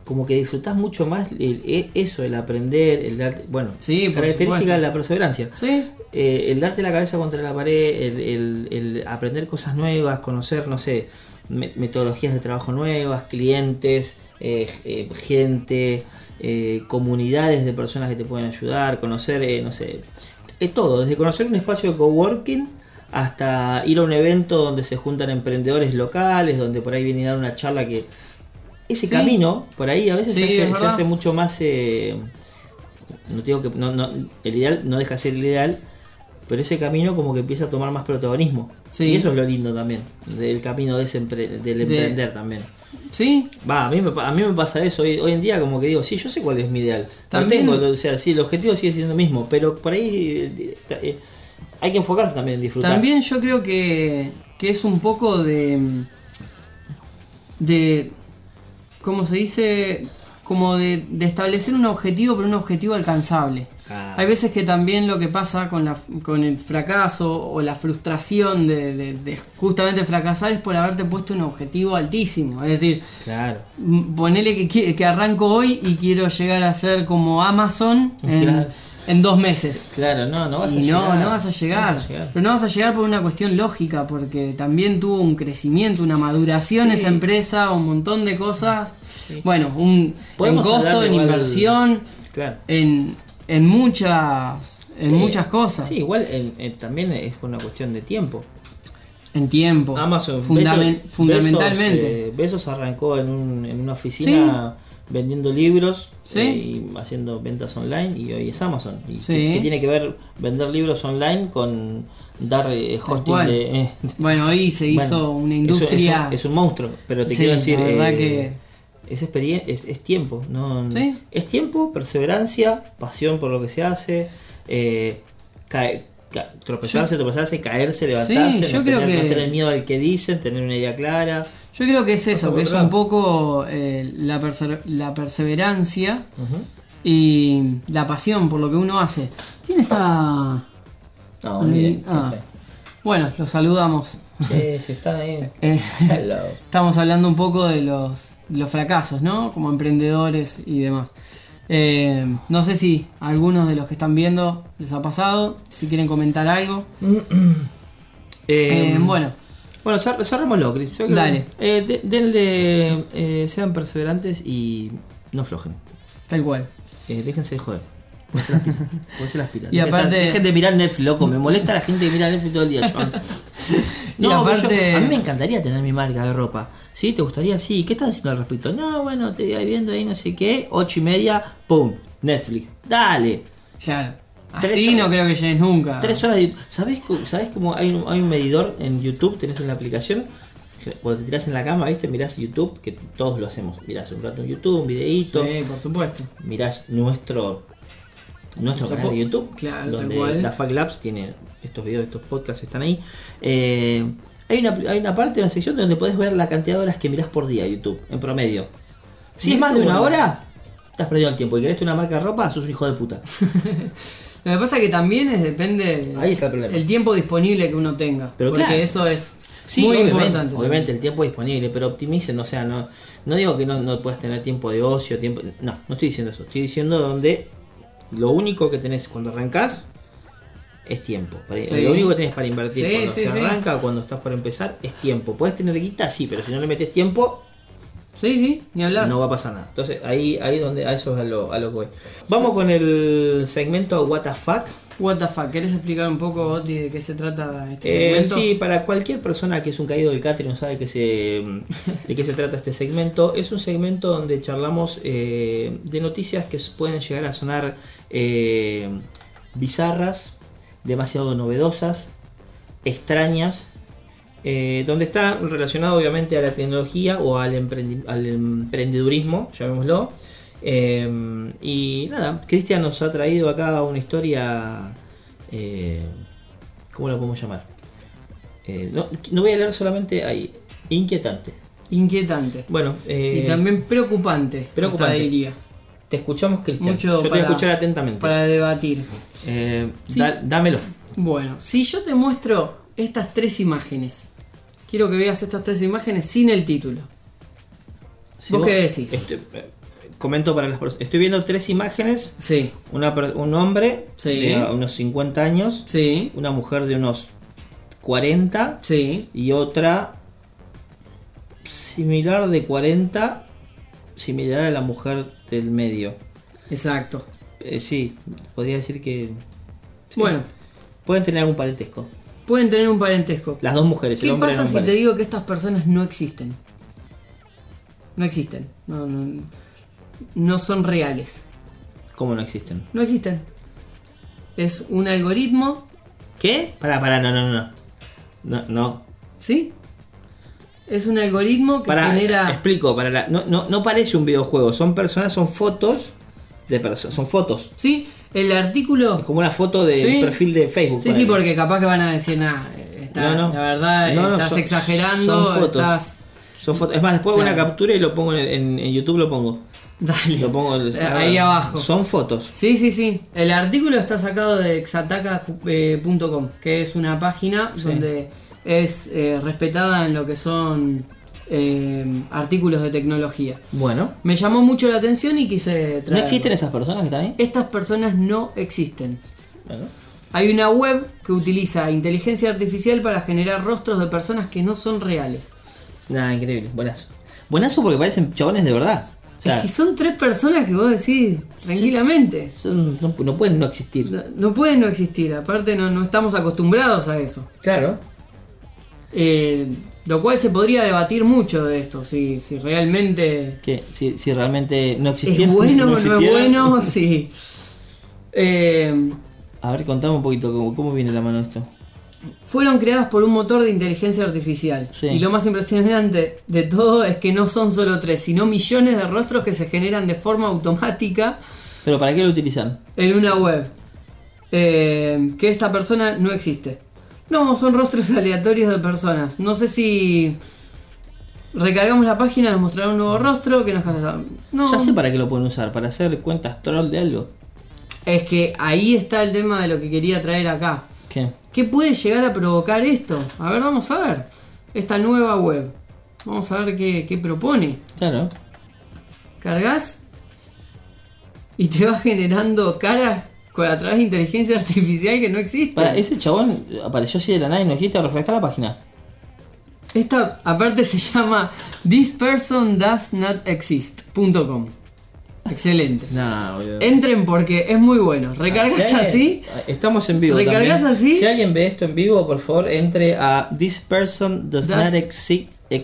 [SPEAKER 1] como que disfrutás mucho más el- e- eso, el aprender, el darte, bueno,
[SPEAKER 2] Sí, por
[SPEAKER 1] característica
[SPEAKER 2] supuesto.
[SPEAKER 1] de la perseverancia.
[SPEAKER 2] sí,
[SPEAKER 1] Eh, el darte la cabeza contra la pared, el, el- el aprender cosas nuevas, conocer, no sé, me- metodologías de trabajo nuevas, clientes, eh, eh, gente, eh, comunidades de personas que te pueden ayudar, conocer, eh, no sé, eh, todo, desde conocer un espacio de coworking hasta ir a un evento donde se juntan emprendedores locales, donde por ahí viene a dar una charla que... Ese
[SPEAKER 2] Sí.
[SPEAKER 1] camino, por ahí a veces
[SPEAKER 2] Sí,
[SPEAKER 1] se, hace,
[SPEAKER 2] es
[SPEAKER 1] se
[SPEAKER 2] verdad.
[SPEAKER 1] hace mucho más... eh, no te digo que no, no, el ideal no deja de ser el ideal, pero ese camino como que empieza a tomar más protagonismo.
[SPEAKER 2] Sí.
[SPEAKER 1] Y eso es lo lindo también, del camino de ese empre- del emprender también.
[SPEAKER 2] sí,
[SPEAKER 1] Va, a mí, me, pa- a mí me pasa eso, hoy, hoy en día como que digo, sí, yo sé cuál es mi ideal.
[SPEAKER 2] También-
[SPEAKER 1] También, o sea, sí, el objetivo sigue siendo el mismo, pero por ahí eh, eh, hay que enfocarse también en disfrutar.
[SPEAKER 2] También yo creo que, que es un poco de. de. ¿Cómo se dice? Como de, de establecer un objetivo, pero un objetivo alcanzable.
[SPEAKER 1] Ah.
[SPEAKER 2] Hay veces que también lo que pasa con, la, con el fracaso o la frustración de, de- de justamente fracasar es por haberte puesto un objetivo altísimo. Es decir,
[SPEAKER 1] Claro.
[SPEAKER 2] Mm, Ponele que, qui- que arranco hoy y quiero llegar a ser como Amazon en,
[SPEAKER 1] Claro.
[SPEAKER 2] en dos meses.
[SPEAKER 1] Claro, no, no vas a
[SPEAKER 2] Y no,
[SPEAKER 1] llegar.
[SPEAKER 2] no vas a
[SPEAKER 1] No
[SPEAKER 2] llegar.
[SPEAKER 1] vas a llegar.
[SPEAKER 2] Pero no vas a llegar por una cuestión lógica, porque también tuvo un crecimiento, una maduración
[SPEAKER 1] Sí.
[SPEAKER 2] esa empresa, un montón de cosas. Bueno, un en
[SPEAKER 1] Podemos
[SPEAKER 2] costo,
[SPEAKER 1] hablar
[SPEAKER 2] en
[SPEAKER 1] igual-
[SPEAKER 2] inversión,
[SPEAKER 1] Claro.
[SPEAKER 2] en, en muchas en
[SPEAKER 1] Sí.
[SPEAKER 2] muchas cosas.
[SPEAKER 1] Sí, igual en- en- también es una cuestión de tiempo.
[SPEAKER 2] En tiempo.
[SPEAKER 1] Amazon
[SPEAKER 2] Fundamen-
[SPEAKER 1] Bezos-
[SPEAKER 2] fundamentalmente.
[SPEAKER 1] Bezos, eh, Bezos arrancó en, un- en una oficina vendiendo libros
[SPEAKER 2] Sí.
[SPEAKER 1] eh, y haciendo ventas online y hoy es Amazon. ¿Y
[SPEAKER 2] Sí.
[SPEAKER 1] qué, qué tiene que ver vender libros online con dar eh, hosting
[SPEAKER 2] cual.
[SPEAKER 1] de... eh,
[SPEAKER 2] Bueno, ahí se
[SPEAKER 1] bueno,
[SPEAKER 2] hizo una
[SPEAKER 1] eso-
[SPEAKER 2] industria.
[SPEAKER 1] eso Es, un monstruo, pero te
[SPEAKER 2] Sí,
[SPEAKER 1] quiero
[SPEAKER 2] la
[SPEAKER 1] decir... eh,
[SPEAKER 2] verdad que-
[SPEAKER 1] Es, experien- es, es tiempo, ¿no?
[SPEAKER 2] Sí.
[SPEAKER 1] Es tiempo, perseverancia, pasión por lo que se hace, eh, cae- ca- tropezarse, tropezarse, caerse, levantarse,
[SPEAKER 2] yo
[SPEAKER 1] no,
[SPEAKER 2] creo
[SPEAKER 1] tener,
[SPEAKER 2] que-
[SPEAKER 1] no tener miedo al que dicen, tener una idea clara.
[SPEAKER 2] Yo creo que es eso,
[SPEAKER 1] por
[SPEAKER 2] que es
[SPEAKER 1] otro
[SPEAKER 2] un
[SPEAKER 1] lado.
[SPEAKER 2] poco eh, la, perse- la perseverancia y la pasión por lo que uno hace. ¿Quién está...?
[SPEAKER 1] No,
[SPEAKER 2] ahí?
[SPEAKER 1] ni idea.
[SPEAKER 2] Ah. Bueno, los saludamos.
[SPEAKER 1] Sí, sí, están ahí.
[SPEAKER 2] Eh,
[SPEAKER 1] Hello.
[SPEAKER 2] Estamos hablando un poco de los, de los fracasos, ¿no? Como emprendedores y demás. Eh, no sé si a algunos de los que están viendo les ha pasado, si quieren comentar algo. Eh,
[SPEAKER 1] Eh,
[SPEAKER 2] bueno,
[SPEAKER 1] Bueno, cer- cerrémoslo, Cris. Yo creo-
[SPEAKER 2] Dale.
[SPEAKER 1] Eh, de- denle, eh, sean perseverantes y no aflojen.
[SPEAKER 2] tal cual.
[SPEAKER 1] Eh, déjense de joder. Pónganse las pilas. Pónganse las pilas.
[SPEAKER 2] Y
[SPEAKER 1] Dejen-
[SPEAKER 2] aparte-
[SPEAKER 1] Dejen de mirar Netflix, loco. Me molesta la gente que mira Netflix todo el día, chaval.
[SPEAKER 2] Y aparte-
[SPEAKER 1] yo- a mí me encantaría tener mi marca de ropa. ¿Sí? ¿Te gustaría? Sí. ¿Qué estás haciendo al respecto? No, bueno, te voy viendo ahí, no sé qué. Ocho y media, pum, Netflix. Dale.
[SPEAKER 2] Claro.
[SPEAKER 1] Tres
[SPEAKER 2] Así no
[SPEAKER 1] horas.
[SPEAKER 2] creo que llegues nunca.
[SPEAKER 1] Tres horas de ¿Sabés, cu- ¿Sabés cómo hay un, hay un medidor en YouTube? Tenés en la aplicación. que Cuando te tirás en la cama, ¿viste? Mirás YouTube, que todos lo hacemos. Mirás un rato en YouTube, un videíto.
[SPEAKER 2] Sí, por supuesto.
[SPEAKER 1] Mirás nuestro nuestro
[SPEAKER 2] Nuestro
[SPEAKER 1] canal de
[SPEAKER 2] po-
[SPEAKER 1] YouTube.
[SPEAKER 2] claro, tal
[SPEAKER 1] donde
[SPEAKER 2] cual.
[SPEAKER 1] la Fac Labs tiene estos videos, estos podcasts están ahí. Eh, hay, una, hay una parte, una sección donde podés ver la cantidad de horas que mirás por día YouTube, en promedio. Si es más de una hora, estás perdido el tiempo. Y querés una marca de ropa, sos un hijo de puta.
[SPEAKER 2] Lo que pasa es que también es, depende
[SPEAKER 1] Ahí está el problema.
[SPEAKER 2] tiempo disponible que uno tenga.
[SPEAKER 1] Pero
[SPEAKER 2] porque
[SPEAKER 1] claro.
[SPEAKER 2] eso es.
[SPEAKER 1] Sí,
[SPEAKER 2] Muy
[SPEAKER 1] obviamente,
[SPEAKER 2] importante.
[SPEAKER 1] Obviamente el tiempo disponible, pero optimicen, o sea, no, no digo que no, no puedas tener tiempo de ocio, tiempo. No, no estoy diciendo eso. Estoy diciendo donde lo único que tenés cuando arrancás es tiempo. Para-
[SPEAKER 2] Sí.
[SPEAKER 1] Lo único que tenés para invertir
[SPEAKER 2] Sí,
[SPEAKER 1] cuando
[SPEAKER 2] sí,
[SPEAKER 1] se
[SPEAKER 2] sí.
[SPEAKER 1] arranca o cuando estás por empezar es tiempo. Puedes tener guita, sí, pero si no le metes tiempo,
[SPEAKER 2] Sí, sí, ni hablar.
[SPEAKER 1] no va a pasar nada. Entonces ahí, ahí donde, a eso es a lo, a lo que voy. Vamos con el segmento What the fuck.
[SPEAKER 2] What the fuck, ¿querés explicar un poco, Oti, de qué se trata este
[SPEAKER 1] Eh,
[SPEAKER 2] segmento?
[SPEAKER 1] sí, para cualquier persona que es un caído del catre y no sabe que se, de qué se trata este segmento, es un segmento donde charlamos eh, de noticias que pueden llegar a sonar eh, bizarras, demasiado novedosas, extrañas, eh, donde está relacionado obviamente a la tecnología o al, emprendi- al emprendedurismo, llamémoslo. Eh, y nada, Cristian nos ha traído acá una historia... eh, ¿Cómo la podemos llamar? Eh, no, no voy a leer solamente ahí. Inquietante.
[SPEAKER 2] Inquietante.
[SPEAKER 1] Bueno, eh,
[SPEAKER 2] y también preocupante.
[SPEAKER 1] preocupante.
[SPEAKER 2] hasta diría.
[SPEAKER 1] te escuchamos, Cristian.
[SPEAKER 2] Mucho
[SPEAKER 1] Yo te voy
[SPEAKER 2] para-
[SPEAKER 1] a escuchar atentamente.
[SPEAKER 2] Para debatir.
[SPEAKER 1] Eh,
[SPEAKER 2] Sí.
[SPEAKER 1] da- dámelo.
[SPEAKER 2] Bueno, si yo te muestro estas tres imágenes, quiero que veas estas tres imágenes sin el título. ¿Vos qué decís?
[SPEAKER 1] Este, eh, comento para las personas. Estoy viendo tres imágenes.
[SPEAKER 2] Sí,
[SPEAKER 1] Una, per- un hombre
[SPEAKER 2] Sí.
[SPEAKER 1] de a- unos 50 años.
[SPEAKER 2] sí,
[SPEAKER 1] Una mujer de unos 40.
[SPEAKER 2] sí,
[SPEAKER 1] Y otra similar de 40. Similar a la mujer del medio.
[SPEAKER 2] exacto.
[SPEAKER 1] Eh, sí, podría decir que. sí.
[SPEAKER 2] Bueno,
[SPEAKER 1] Pueden tener algún parentesco.
[SPEAKER 2] pueden tener un parentesco.
[SPEAKER 1] Las dos mujeres, el
[SPEAKER 2] ¿Qué
[SPEAKER 1] hombre no
[SPEAKER 2] pasa
[SPEAKER 1] me
[SPEAKER 2] si te
[SPEAKER 1] parece.
[SPEAKER 2] digo que estas personas no existen? No existen. No, no, no son reales.
[SPEAKER 1] ¿Cómo no existen?
[SPEAKER 2] No existen. Es un algoritmo,
[SPEAKER 1] ¿Qué? Pará, pará, no, no, no. No, no. no.
[SPEAKER 2] ¿sí? Es un algoritmo que
[SPEAKER 1] Pará, eh,
[SPEAKER 2] genera...
[SPEAKER 1] explico, para la, no, no, no parece un videojuego, son personas, son fotos de personas, son fotos.
[SPEAKER 2] ¿Sí? El artículo...
[SPEAKER 1] Es como una foto de
[SPEAKER 2] Sí.
[SPEAKER 1] perfil de Facebook.
[SPEAKER 2] Sí,
[SPEAKER 1] ponele.
[SPEAKER 2] sí, porque capaz que van a decir, nada, está,
[SPEAKER 1] No, no.
[SPEAKER 2] la verdad,
[SPEAKER 1] No, no,
[SPEAKER 2] estás
[SPEAKER 1] son-
[SPEAKER 2] exagerando,
[SPEAKER 1] son fotos.
[SPEAKER 2] estás...
[SPEAKER 1] Son fotos. Es más, después hago
[SPEAKER 2] Claro.
[SPEAKER 1] una captura y lo pongo en, el- en- en YouTube, lo pongo.
[SPEAKER 2] Dale.
[SPEAKER 1] Lo pongo
[SPEAKER 2] Eh, ahí abajo.
[SPEAKER 1] Son fotos.
[SPEAKER 2] Sí, sí, sí. El artículo está sacado de exataca.com, que es una página donde es eh, respetada en lo que son eh, artículos de tecnología.
[SPEAKER 1] Bueno.
[SPEAKER 2] Me llamó mucho la atención y quise traerlo.
[SPEAKER 1] ¿No existen esas personas que están ahí?
[SPEAKER 2] Estas personas no existen.
[SPEAKER 1] Bueno.
[SPEAKER 2] Hay una web que utiliza inteligencia artificial para generar rostros de personas que no son reales.
[SPEAKER 1] Nada, Ah, increíble. Buenazo. Buenazo porque parecen chabones de verdad. O sea,
[SPEAKER 2] es que son tres personas que vos decís tranquilamente.
[SPEAKER 1] son- no, no pueden no existir.
[SPEAKER 2] No, no pueden no existir, aparte no, no estamos acostumbrados a eso.
[SPEAKER 1] Claro.
[SPEAKER 2] Eh, lo cual se podría debatir mucho de esto, si, si realmente
[SPEAKER 1] Que si, si realmente no
[SPEAKER 2] es
[SPEAKER 1] existiera.
[SPEAKER 2] bueno o no es
[SPEAKER 1] existiera.
[SPEAKER 2] bueno, sí. Eh,
[SPEAKER 1] A ver, contame un poquito cómo, cómo viene la mano esto.
[SPEAKER 2] fueron creadas por un motor de inteligencia artificial.
[SPEAKER 1] Sí.
[SPEAKER 2] Y lo más impresionante de todo es que no son solo tres, sino millones de rostros que se generan de forma automática
[SPEAKER 1] Pero ¿para qué lo utilizan?
[SPEAKER 2] en una web eh, que esta persona no existe. No, son rostros aleatorios de personas. No sé si recargamos la página, nos mostrará un nuevo rostro que nos no.
[SPEAKER 1] Ya sé para qué lo pueden usar, para hacer cuentas troll de algo.
[SPEAKER 2] Es que ahí está el tema de lo que quería traer acá.
[SPEAKER 1] ¿Qué?
[SPEAKER 2] ¿Qué puede llegar a provocar esto? A ver, vamos a ver. Esta nueva web. Vamos a ver qué, qué propone.
[SPEAKER 1] Claro.
[SPEAKER 2] Cargas y te va generando caras con a través de inteligencia artificial que no existe.
[SPEAKER 1] Para, ese chabón apareció así de la nada y no dijiste refrescar la página.
[SPEAKER 2] Esta aparte se llama This Person Does Not Exist.com. Excelente.
[SPEAKER 1] Nah, boludo.
[SPEAKER 2] Entren porque es muy bueno. Recargas
[SPEAKER 1] Si
[SPEAKER 2] así.
[SPEAKER 1] alguien- Estamos en vivo.
[SPEAKER 2] ¿Recargas
[SPEAKER 1] también.
[SPEAKER 2] así?
[SPEAKER 1] Si alguien ve esto en vivo, por favor, entre a thispersondoesnotexist.com.
[SPEAKER 2] Das-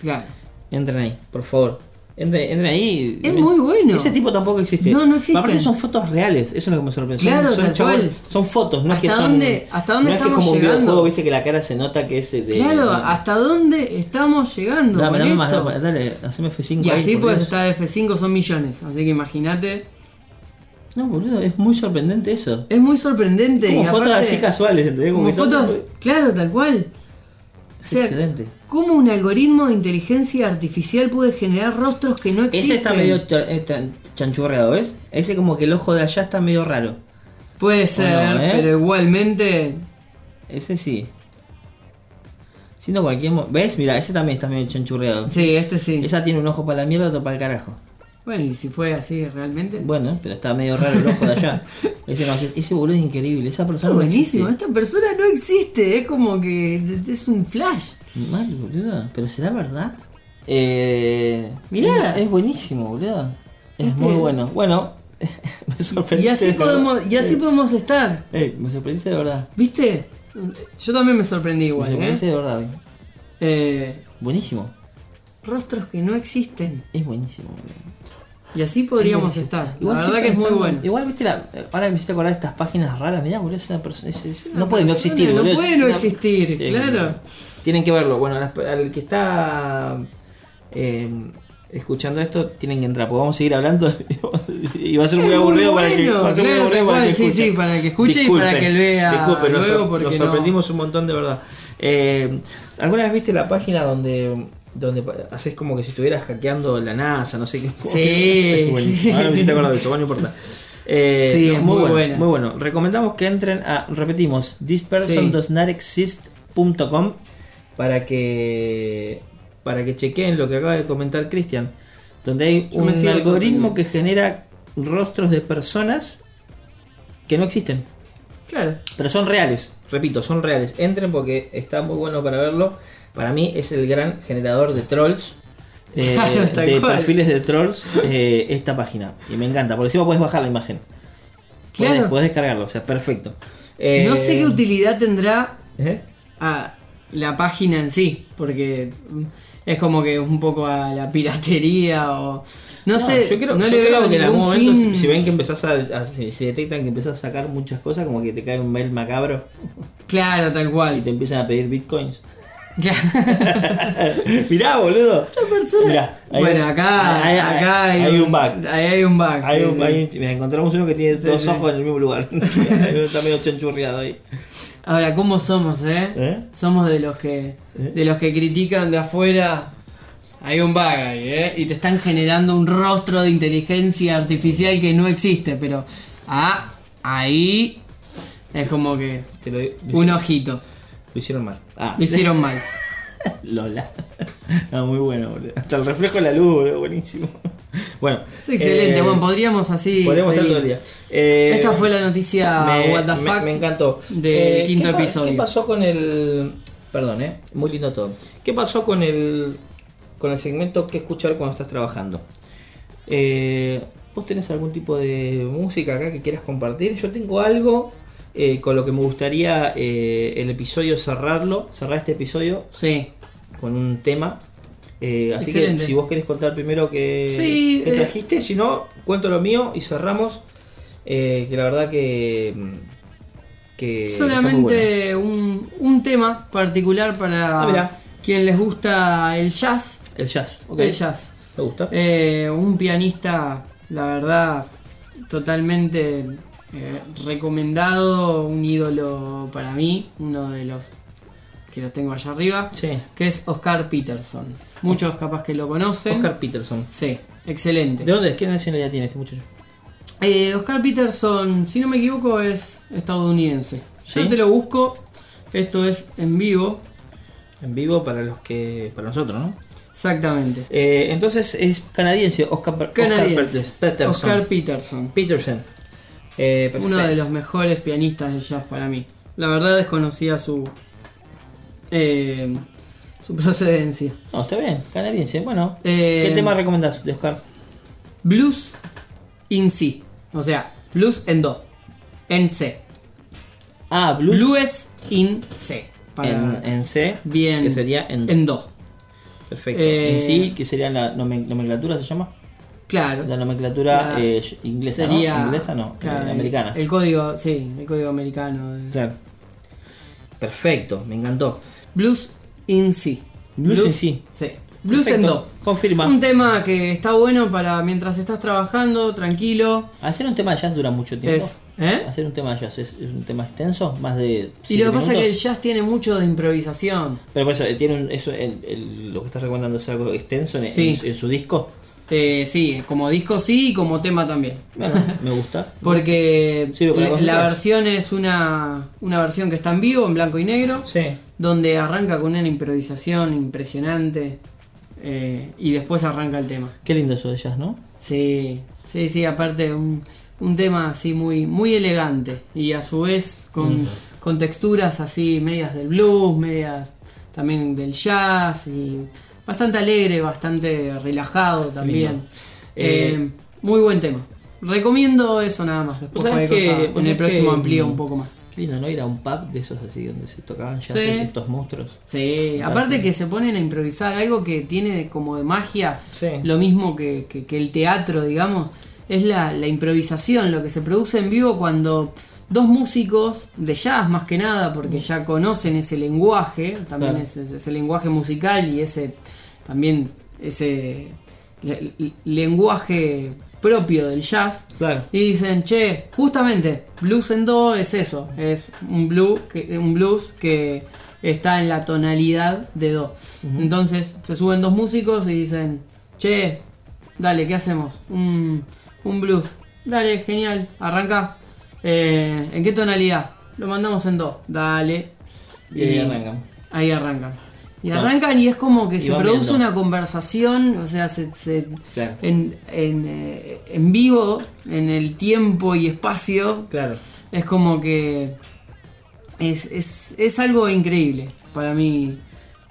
[SPEAKER 2] Claro.
[SPEAKER 1] Entren ahí, por favor. Entren, entren ahí.
[SPEAKER 2] Es muy bueno.
[SPEAKER 1] Ese tipo tampoco existe.
[SPEAKER 2] No, no existe.
[SPEAKER 1] Aparte son fotos reales, eso es lo que me sorprendió.
[SPEAKER 2] Claro,
[SPEAKER 1] son,
[SPEAKER 2] tal
[SPEAKER 1] chabón-
[SPEAKER 2] cual.
[SPEAKER 1] son fotos, no es que
[SPEAKER 2] ¿Hasta
[SPEAKER 1] son.
[SPEAKER 2] dónde- hasta dónde
[SPEAKER 1] no es que es
[SPEAKER 2] estamos
[SPEAKER 1] como un
[SPEAKER 2] llegando?
[SPEAKER 1] videojuego, viste que la cara se nota que es de.
[SPEAKER 2] Claro, ¿hasta dónde estamos llegando?
[SPEAKER 1] Dame,
[SPEAKER 2] con
[SPEAKER 1] dame más,
[SPEAKER 2] esto?
[SPEAKER 1] dame- dale, haceme F5.
[SPEAKER 2] y
[SPEAKER 1] ahí,
[SPEAKER 2] así
[SPEAKER 1] por
[SPEAKER 2] puedes
[SPEAKER 1] Dios.
[SPEAKER 2] estar F5, son millones. Así que imagínate.
[SPEAKER 1] No, boludo, es muy sorprendente eso.
[SPEAKER 2] Es muy sorprendente.
[SPEAKER 1] Como
[SPEAKER 2] y
[SPEAKER 1] fotos
[SPEAKER 2] aparte-
[SPEAKER 1] así casuales, ¿entendés?
[SPEAKER 2] Como
[SPEAKER 1] que todo-
[SPEAKER 2] fotos, claro, tal cual. O sea,
[SPEAKER 1] Excelente.
[SPEAKER 2] ¿Cómo un algoritmo de inteligencia artificial puede generar rostros que no existen?
[SPEAKER 1] Ese está medio tra- eh, tra- chanchurreado, ¿ves? Ese como que el ojo de allá está medio raro.
[SPEAKER 2] Puede ser,
[SPEAKER 1] no, ¿eh?
[SPEAKER 2] pero igualmente
[SPEAKER 1] Ese sí. Siendo cualquier. mo- ¿Ves? Mira, ese también está medio chanchurreado.
[SPEAKER 2] Sí, este sí.
[SPEAKER 1] Esa tiene un ojo para la mierda, otro para el carajo.
[SPEAKER 2] Bueno, y si fue así realmente.
[SPEAKER 1] Bueno, pero está medio raro el ojo de allá. Ese, no- ese boludo es increíble. Esa
[SPEAKER 2] Está
[SPEAKER 1] persona. no
[SPEAKER 2] buenísimo,
[SPEAKER 1] existe.
[SPEAKER 2] esta persona no existe, es como que es un flash.
[SPEAKER 1] Mal, boludo. Pero será verdad. Eh,
[SPEAKER 2] Mirá.
[SPEAKER 1] Es, es buenísimo, boludo. Es
[SPEAKER 2] Este-
[SPEAKER 1] muy bueno. Bueno, me sorprendiste.
[SPEAKER 2] Y así
[SPEAKER 1] de verdad.
[SPEAKER 2] podemos, y así podemos estar.
[SPEAKER 1] Ey, me sorprendiste de verdad.
[SPEAKER 2] ¿Viste? Yo también me sorprendí
[SPEAKER 1] Me
[SPEAKER 2] igual, ¿eh?
[SPEAKER 1] sorprendiste de verdad. hoy.
[SPEAKER 2] Eh,
[SPEAKER 1] Buenísimo.
[SPEAKER 2] Rostros que no existen.
[SPEAKER 1] Es buenísimo, boludo.
[SPEAKER 2] Y así podríamos estar. La
[SPEAKER 1] estoy
[SPEAKER 2] verdad que es muy
[SPEAKER 1] pensando-
[SPEAKER 2] bueno.
[SPEAKER 1] Igual, viste, la, ahora me hiciste acordar de estas páginas raras. Mirá, boludo, es una persona. es- es-
[SPEAKER 2] una
[SPEAKER 1] no puede no
[SPEAKER 2] Ah, persona,
[SPEAKER 1] existir,
[SPEAKER 2] no
[SPEAKER 1] boludo.
[SPEAKER 2] puede
[SPEAKER 1] es
[SPEAKER 2] no
[SPEAKER 1] una- Eh,
[SPEAKER 2] existir, claro.
[SPEAKER 1] Tienen que verlo. Bueno, las- al que está eh, escuchando esto, tienen que entrar. Porque vamos a seguir hablando y va a ser muy
[SPEAKER 2] Es muy
[SPEAKER 1] aburrido para el que.
[SPEAKER 2] bueno,
[SPEAKER 1] Va a ser muy
[SPEAKER 2] claro,
[SPEAKER 1] aburrido
[SPEAKER 2] tal
[SPEAKER 1] para el que
[SPEAKER 2] cual, sí,
[SPEAKER 1] escuche.
[SPEAKER 2] sí, para el que escuche y para
[SPEAKER 1] Disculpen,
[SPEAKER 2] que vea
[SPEAKER 1] Disculpen, nos,
[SPEAKER 2] luego,
[SPEAKER 1] sor-
[SPEAKER 2] porque
[SPEAKER 1] nos
[SPEAKER 2] no-
[SPEAKER 1] sorprendimos un montón de verdad. Eh, ¿Alguna vez viste la página donde.? Donde pa- haces como que si estuvieras hackeando la NASA, no sé qué.
[SPEAKER 2] Sí,
[SPEAKER 1] Es buenísimo.
[SPEAKER 2] sí.
[SPEAKER 1] Ahora me hiciste acordar de eso, bueno, no importa. Eh,
[SPEAKER 2] Sí,
[SPEAKER 1] no,
[SPEAKER 2] es muy
[SPEAKER 1] muy,
[SPEAKER 2] buena.
[SPEAKER 1] bueno, muy bueno. Recomendamos que entren a, repetimos, thispersondoesnotexist.com para que para que chequen lo que acaba de comentar Cristian, donde hay
[SPEAKER 2] Yo me
[SPEAKER 1] un
[SPEAKER 2] sigo sorprendiendo.
[SPEAKER 1] algoritmo que genera rostros de personas que no existen,
[SPEAKER 2] Claro.
[SPEAKER 1] pero son reales, repito, son reales. Entren porque está muy bueno para verlo. Para mí es el gran generador de trolls. eh,
[SPEAKER 2] Claro, tal
[SPEAKER 1] de
[SPEAKER 2] cual.
[SPEAKER 1] perfiles de trolls eh, esta página y me encanta porque encima puedes bajar la imagen
[SPEAKER 2] Claro.
[SPEAKER 1] Podés, podés descargarlo, o sea, perfecto.
[SPEAKER 2] No
[SPEAKER 1] Eh,
[SPEAKER 2] sé qué utilidad tendrá
[SPEAKER 1] ¿eh?
[SPEAKER 2] a la página en sí, porque mm, es como que un poco a la piratería o no, sé,
[SPEAKER 1] yo creo,
[SPEAKER 2] no
[SPEAKER 1] yo
[SPEAKER 2] le
[SPEAKER 1] creo
[SPEAKER 2] veo
[SPEAKER 1] que en algún
[SPEAKER 2] ningún
[SPEAKER 1] momento,
[SPEAKER 2] fin.
[SPEAKER 1] si, si ven que empezás a, a- si, si detectan que empezás a sacar muchas cosas, como que te cae un mail macabro
[SPEAKER 2] Claro, tal
[SPEAKER 1] y
[SPEAKER 2] cual.
[SPEAKER 1] te empiezan a pedir bitcoins.
[SPEAKER 2] Claro.
[SPEAKER 1] Mirá, boludo.
[SPEAKER 2] persona-
[SPEAKER 1] Mirá, hay
[SPEAKER 2] bueno,
[SPEAKER 1] un-
[SPEAKER 2] acá,
[SPEAKER 1] hay- hay-
[SPEAKER 2] acá hay,
[SPEAKER 1] hay un bug.
[SPEAKER 2] Ahí hay un bug.
[SPEAKER 1] Hay
[SPEAKER 2] sí,
[SPEAKER 1] un-
[SPEAKER 2] sí.
[SPEAKER 1] hay un- mira, encontramos uno que tiene
[SPEAKER 2] Sí,
[SPEAKER 1] dos
[SPEAKER 2] sí.
[SPEAKER 1] ojos en el mismo lugar. Está medio chanchurriado ahí.
[SPEAKER 2] Ahora, ¿cómo somos, eh?
[SPEAKER 1] ¿Eh?
[SPEAKER 2] Somos de los que de los que critican de afuera. Hay un bug ahí, ¿eh? Y te están generando un rostro de inteligencia artificial que no existe, pero ah, ahí es como que
[SPEAKER 1] Te lo, lo hicieron-
[SPEAKER 2] un ojito.
[SPEAKER 1] lo hicieron mal. Ah,
[SPEAKER 2] Lo hicieron mal.
[SPEAKER 1] Lola. Ah, muy bueno, boludo. Hasta el reflejo de la luz, boludo. Buenísimo. Bueno.
[SPEAKER 2] Es excelente,
[SPEAKER 1] eh,
[SPEAKER 2] bueno, podríamos así.
[SPEAKER 1] Podríamos estar
[SPEAKER 2] seguir.
[SPEAKER 1] todo el día. Eh,
[SPEAKER 2] Esta fue la noticia
[SPEAKER 1] me,
[SPEAKER 2] What the
[SPEAKER 1] me-
[SPEAKER 2] fuck.
[SPEAKER 1] me encantó. Eh,
[SPEAKER 2] del
[SPEAKER 1] ¿qué
[SPEAKER 2] quinto
[SPEAKER 1] pa-
[SPEAKER 2] episodio?
[SPEAKER 1] ¿Qué pasó con el. Perdón, eh. Muy lindo todo. ¿Qué pasó con el. con el segmento que escuchar cuando estás trabajando? Eh, ¿Vos tenés algún tipo de música acá que quieras compartir? Yo tengo algo eh, con lo que me gustaría eh, el episodio cerrarlo, cerrar este episodio
[SPEAKER 2] Sí.
[SPEAKER 1] con un tema. Eh, así
[SPEAKER 2] Excelente.
[SPEAKER 1] que si vos querés contar primero que,
[SPEAKER 2] Sí,
[SPEAKER 1] que
[SPEAKER 2] eh.
[SPEAKER 1] trajiste, si no, cuento lo mío y cerramos. Eh, que la verdad que. mm, que está muy bueno.
[SPEAKER 2] Solamente un, un tema particular para
[SPEAKER 1] Ah, mirá.
[SPEAKER 2] quien les gusta el jazz.
[SPEAKER 1] El jazz, ok.
[SPEAKER 2] El jazz.
[SPEAKER 1] Me gusta.
[SPEAKER 2] Eh, un pianista, la verdad, totalmente eh, recomendado, un ídolo para mí, uno de los que los tengo allá arriba,
[SPEAKER 1] Sí.
[SPEAKER 2] que es Oscar Peterson. Muchos capaz que lo conocen.
[SPEAKER 1] Oscar Peterson.
[SPEAKER 2] Sí, excelente.
[SPEAKER 1] ¿De dónde es? ¿Qué nacionalidad tiene este muchacho?
[SPEAKER 2] Eh, Oscar Peterson, si no me equivoco, es estadounidense. Yo
[SPEAKER 1] Sí.
[SPEAKER 2] te lo busco, esto es en vivo,
[SPEAKER 1] En vivo para los que. para nosotros, ¿no?
[SPEAKER 2] exactamente.
[SPEAKER 1] Eh, entonces es canadiense, Oscar, Oscar
[SPEAKER 2] Canadiense.
[SPEAKER 1] Peterson. Peterson.
[SPEAKER 2] Oscar Peterson.
[SPEAKER 1] Peterson. Eh,
[SPEAKER 2] Uno de
[SPEAKER 1] perfecto.
[SPEAKER 2] los mejores pianistas de jazz para mí. La verdad desconocía su eh, su procedencia.
[SPEAKER 1] No, está bien, canadiense. Bueno,
[SPEAKER 2] Eh,
[SPEAKER 1] ¿qué tema recomendás de Oscar?
[SPEAKER 2] Blues in C, o sea, blues en do, en C,
[SPEAKER 1] Ah, Blues.
[SPEAKER 2] blues in C, para
[SPEAKER 1] en, en C,
[SPEAKER 2] bien
[SPEAKER 1] que sería en,
[SPEAKER 2] en do.
[SPEAKER 1] perfecto.
[SPEAKER 2] eh,
[SPEAKER 1] en sí, que sería la nomen- nomenclatura, ¿se llama? La
[SPEAKER 2] Claro.
[SPEAKER 1] nomenclatura
[SPEAKER 2] La-
[SPEAKER 1] eh, inglesa,
[SPEAKER 2] sería
[SPEAKER 1] ¿no? Inglesa no,
[SPEAKER 2] claro,
[SPEAKER 1] eh,
[SPEAKER 2] el-
[SPEAKER 1] americana.
[SPEAKER 2] El, código, sí, el código americano. de-
[SPEAKER 1] Claro. Perfecto, me encantó.
[SPEAKER 2] Blues in C.
[SPEAKER 1] Blues in C.
[SPEAKER 2] Sí. Blues en Do.
[SPEAKER 1] Perfecto. Confirma.
[SPEAKER 2] Un tema que está bueno para mientras estás trabajando, tranquilo.
[SPEAKER 1] Hacer un tema de jazz dura mucho tiempo.
[SPEAKER 2] Es- ¿eh?
[SPEAKER 1] Hacer un tema de jazz es, es un tema extenso, más de.
[SPEAKER 2] Y lo
[SPEAKER 1] siete
[SPEAKER 2] que pasa es que el
[SPEAKER 1] minutos.
[SPEAKER 2] jazz tiene mucho de improvisación.
[SPEAKER 1] Pero por eso, eh, tiene un- eso, el- el- lo que estás recomendando es algo extenso en, en
[SPEAKER 2] Sí.
[SPEAKER 1] su- en su disco.
[SPEAKER 2] Eh, sí, como disco sí y como tema también.
[SPEAKER 1] Bueno, me gusta.
[SPEAKER 2] Porque eh,
[SPEAKER 1] Sirve para
[SPEAKER 2] la,
[SPEAKER 1] cosas
[SPEAKER 2] la
[SPEAKER 1] atrás.
[SPEAKER 2] versión es una, una versión que está en vivo, en blanco y negro,
[SPEAKER 1] Sí.
[SPEAKER 2] donde arranca con una improvisación impresionante eh, y después arranca el tema.
[SPEAKER 1] Qué lindo eso de jazz, ¿no?
[SPEAKER 2] Sí, sí, sí, aparte un, un tema así muy, muy elegante y a su vez con, con texturas así, medias del blues, medias también del jazz y bastante alegre, bastante relajado también. Eh,
[SPEAKER 1] Eh,
[SPEAKER 2] muy buen tema. Recomiendo eso nada más. Después
[SPEAKER 1] Vos sabés
[SPEAKER 2] cualquier
[SPEAKER 1] que-
[SPEAKER 2] cosa,
[SPEAKER 1] vos
[SPEAKER 2] en el
[SPEAKER 1] sabés que,
[SPEAKER 2] próximo amplío un
[SPEAKER 1] mm,
[SPEAKER 2] poco más.
[SPEAKER 1] Qué lindo, ¿no? Ir a un pub de esos así donde se tocaban jazz
[SPEAKER 2] Sí.
[SPEAKER 1] estos monstruos.
[SPEAKER 2] Sí, aparte que se ponen a improvisar algo que tiene de- como de magia,
[SPEAKER 1] Sí.
[SPEAKER 2] lo mismo que, que- que el teatro, digamos, es la, la improvisación, lo que se produce en vivo cuando dos músicos de jazz más que nada, porque ya conocen ese lenguaje, también
[SPEAKER 1] Claro.
[SPEAKER 2] ese, ese lenguaje musical y ese también ese le- le- lenguaje propio del jazz.
[SPEAKER 1] Claro.
[SPEAKER 2] Y dicen, che, justamente, blues en do es eso, es un blues que, un blues que está en la tonalidad de do. Entonces se suben dos músicos y dicen, che, dale, ¿qué hacemos? Un, un blues. Dale, genial, arranca. Eh, ¿En qué tonalidad? Lo mandamos en do. Dale.
[SPEAKER 1] Y ahí arrancan.
[SPEAKER 2] Ahí arrancan. Y
[SPEAKER 1] Claro.
[SPEAKER 2] arrancan y es como que
[SPEAKER 1] Y
[SPEAKER 2] se
[SPEAKER 1] van
[SPEAKER 2] produce
[SPEAKER 1] viendo.
[SPEAKER 2] una conversación, o sea, se, se-
[SPEAKER 1] Claro.
[SPEAKER 2] en, en, eh, en vivo, en el tiempo y espacio,
[SPEAKER 1] Claro.
[SPEAKER 2] es como que es, es, es algo increíble para mí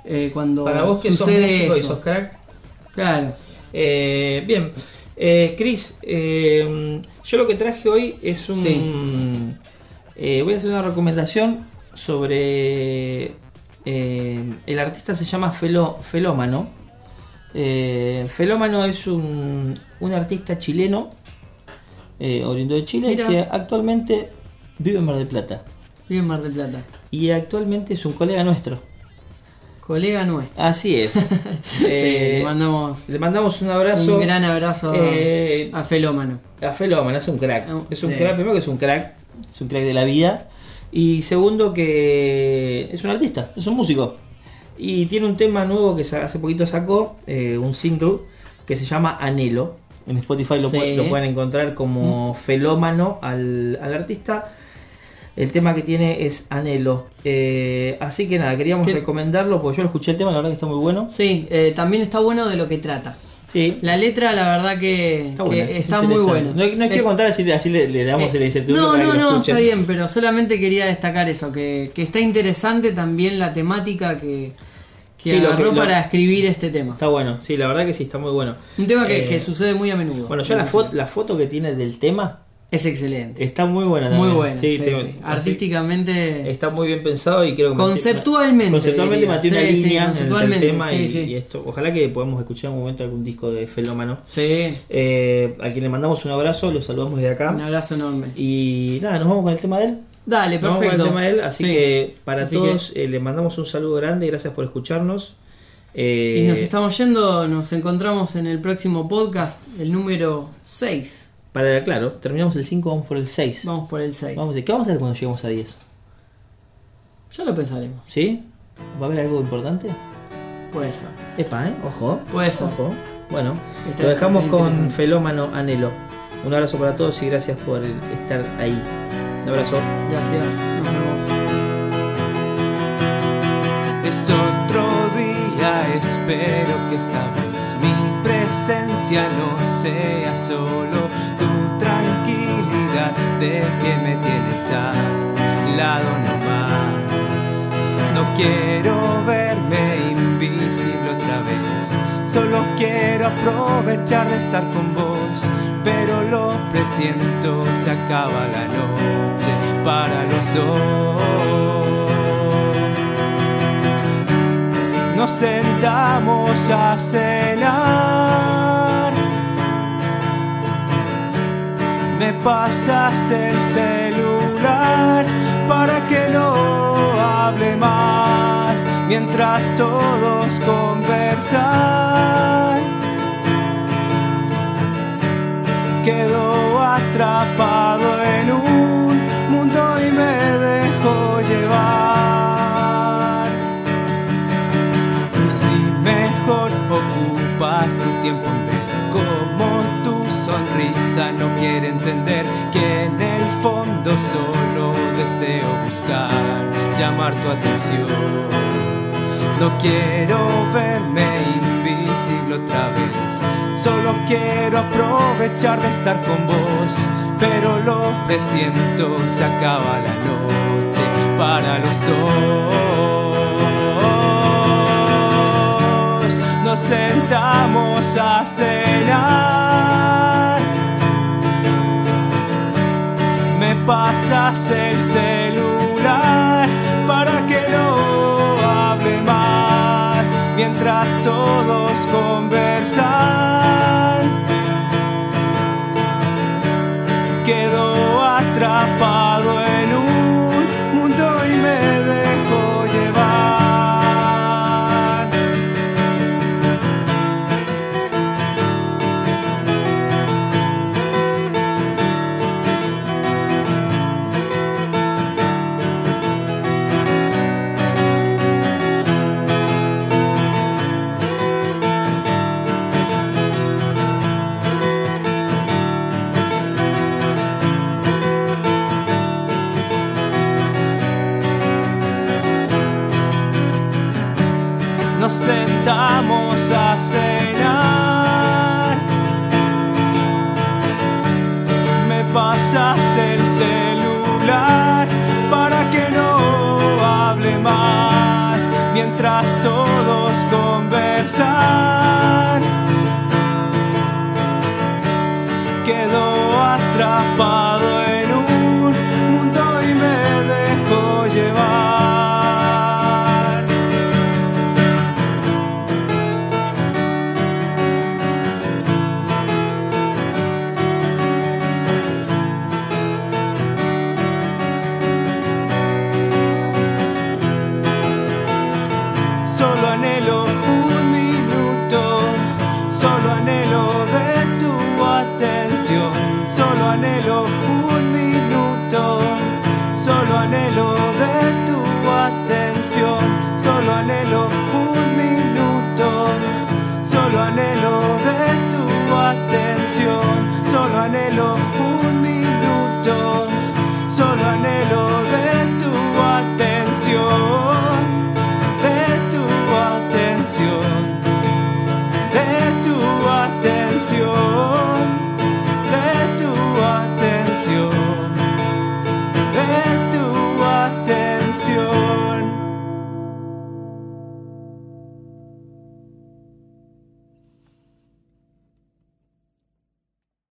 [SPEAKER 2] eh, cuando
[SPEAKER 1] Para vos que sos
[SPEAKER 2] sucede
[SPEAKER 1] músico y
[SPEAKER 2] eso.
[SPEAKER 1] sos crack.
[SPEAKER 2] Claro,
[SPEAKER 1] Eh, bien, eh, Chris, eh, yo lo que traje hoy es un... eh, voy a hacer una recomendación sobre... eh, el artista se llama Felo- Felómano. Eh, Felómano es un, un artista chileno, eh, oriundo de Chile,
[SPEAKER 2] Mira.
[SPEAKER 1] que actualmente vive en Mar del Plata.
[SPEAKER 2] vive en Mar del Plata.
[SPEAKER 1] Y actualmente es un colega nuestro.
[SPEAKER 2] Colega nuestro.
[SPEAKER 1] Así es. Eh,
[SPEAKER 2] sí, le mandamos
[SPEAKER 1] le mandamos un abrazo.
[SPEAKER 2] un gran abrazo a-
[SPEAKER 1] Eh,
[SPEAKER 2] a Felómano.
[SPEAKER 1] A Feloman es un crack.
[SPEAKER 2] Oh,
[SPEAKER 1] Es un
[SPEAKER 2] sí.
[SPEAKER 1] crack, primero que es un crack, es un crack de la vida. Y segundo que es un artista, es un músico. Y tiene un tema nuevo que sa- hace poquito sacó, eh, un single, que se llama Anhelo. En Spotify lo,
[SPEAKER 2] Sí. Mm.
[SPEAKER 1] pu- lo pueden encontrar como felómano al, al artista. El tema que tiene es Anhelo. Eh, así que nada, queríamos
[SPEAKER 2] ¿Qué?
[SPEAKER 1] recomendarlo porque yo lo escuché el tema, la verdad que está muy bueno.
[SPEAKER 2] Sí, eh, también está bueno de lo que trata.
[SPEAKER 1] Sí,
[SPEAKER 2] La letra, la verdad que que está,
[SPEAKER 1] buena, es
[SPEAKER 2] muy
[SPEAKER 1] interesante.
[SPEAKER 2] buena.
[SPEAKER 1] No, no quiero
[SPEAKER 2] Eh,
[SPEAKER 1] contar así, así le, le damos el incertidumbre
[SPEAKER 2] No,
[SPEAKER 1] para
[SPEAKER 2] no,
[SPEAKER 1] que lo
[SPEAKER 2] no,
[SPEAKER 1] escuchen.
[SPEAKER 2] está bien, pero solamente quería destacar eso, que, que está interesante también la temática que, que
[SPEAKER 1] Sí, lo que-
[SPEAKER 2] agarró
[SPEAKER 1] lo-
[SPEAKER 2] para escribir este tema.
[SPEAKER 1] Está bueno, sí, la verdad que sí, está muy bueno.
[SPEAKER 2] Un tema que,
[SPEAKER 1] Eh,
[SPEAKER 2] que sucede muy a menudo.
[SPEAKER 1] Bueno, yo la, fo- la foto que tiene del tema
[SPEAKER 2] Es excelente.
[SPEAKER 1] está muy buena también.
[SPEAKER 2] muy buena.
[SPEAKER 1] Sí,
[SPEAKER 2] sí,
[SPEAKER 1] te-
[SPEAKER 2] sí.
[SPEAKER 1] así-
[SPEAKER 2] Artísticamente.
[SPEAKER 1] Está muy bien pensado y creo que. mantiene-
[SPEAKER 2] Conceptualmente,
[SPEAKER 1] Conceptualmente
[SPEAKER 2] diría.
[SPEAKER 1] mantiene una
[SPEAKER 2] Sí, sí,
[SPEAKER 1] línea entre
[SPEAKER 2] conceptualmente,
[SPEAKER 1] el tema y,
[SPEAKER 2] sí, sí.
[SPEAKER 1] y esto. Ojalá que podamos escuchar en un momento algún disco de Felómano.
[SPEAKER 2] Sí,
[SPEAKER 1] Eh, a quien le mandamos un abrazo, lo saludamos desde acá.
[SPEAKER 2] un abrazo enorme.
[SPEAKER 1] Y nada, nos vamos con el tema de él.
[SPEAKER 2] Dale,
[SPEAKER 1] Nos vamos con
[SPEAKER 2] perfecto.
[SPEAKER 1] el tema de él. Así
[SPEAKER 2] Sí.
[SPEAKER 1] que para
[SPEAKER 2] Así
[SPEAKER 1] todos eh, le mandamos un saludo grande y gracias por escucharnos. Eh,
[SPEAKER 2] Y nos estamos yendo, nos encontramos en el próximo podcast, el número 6.
[SPEAKER 1] Para, claro, terminamos el 5, vamos por el 6.
[SPEAKER 2] Vamos por el 6.
[SPEAKER 1] Vamos a, ¿Qué vamos a hacer cuando lleguemos a 10?
[SPEAKER 2] Ya lo pensaremos.
[SPEAKER 1] ¿Sí? ¿Va a haber algo importante?
[SPEAKER 2] Puede ser.
[SPEAKER 1] Epa, ¿eh? Ojo.
[SPEAKER 2] Puede ser.
[SPEAKER 1] Ojo. Bueno,
[SPEAKER 2] Está-
[SPEAKER 1] lo dejamos
[SPEAKER 2] está
[SPEAKER 1] con
[SPEAKER 2] interesante.
[SPEAKER 1] Felómano Anhelo. Un abrazo para todos y gracias por estar ahí. Un abrazo.
[SPEAKER 2] Gracias. Nos vemos.
[SPEAKER 5] Es otro día, espero que esta vez mi presencia no sea solo tu tranquilidad de que me tienes al lado nomás. No quiero verme invisible otra vez, solo quiero aprovechar de estar con vos, pero lo presiento, se acaba la noche para los dos nos sentamos a cenar. Me pasas el celular para que no hable más. Mi mientras todos conversan. Quedó atrapado en un mundo y me dejó llevar. Y si mejor ocupas tu tiempo en ver cómo tu sonrisa no quiere entender que en el fondo solo deseo buscar llamar tu atención. No quiero verme invisible otra vez, solo quiero aprovechar de estar con vos, pero lo presiento, se acaba la noche para los dos. Nos sentamos a cenar, me pasas el celular para que no hable más mientras todos conversan. Quedó atrapado en un mundo y me dejó llevar. nos sentamos a cenar. Me pasas el celular para que no hable más mientras todos conversan. Quedó atrapado en un mundo y me dejó llevar. Solo anhelo un minuto, solo anhelo de tu atención, solo anhelo un minuto, solo anhelo de tu atención, solo anhelo un minuto, solo anhelo de tu atención, solo anhelo un minuto, solo anhelo de tu atención de tu atención, de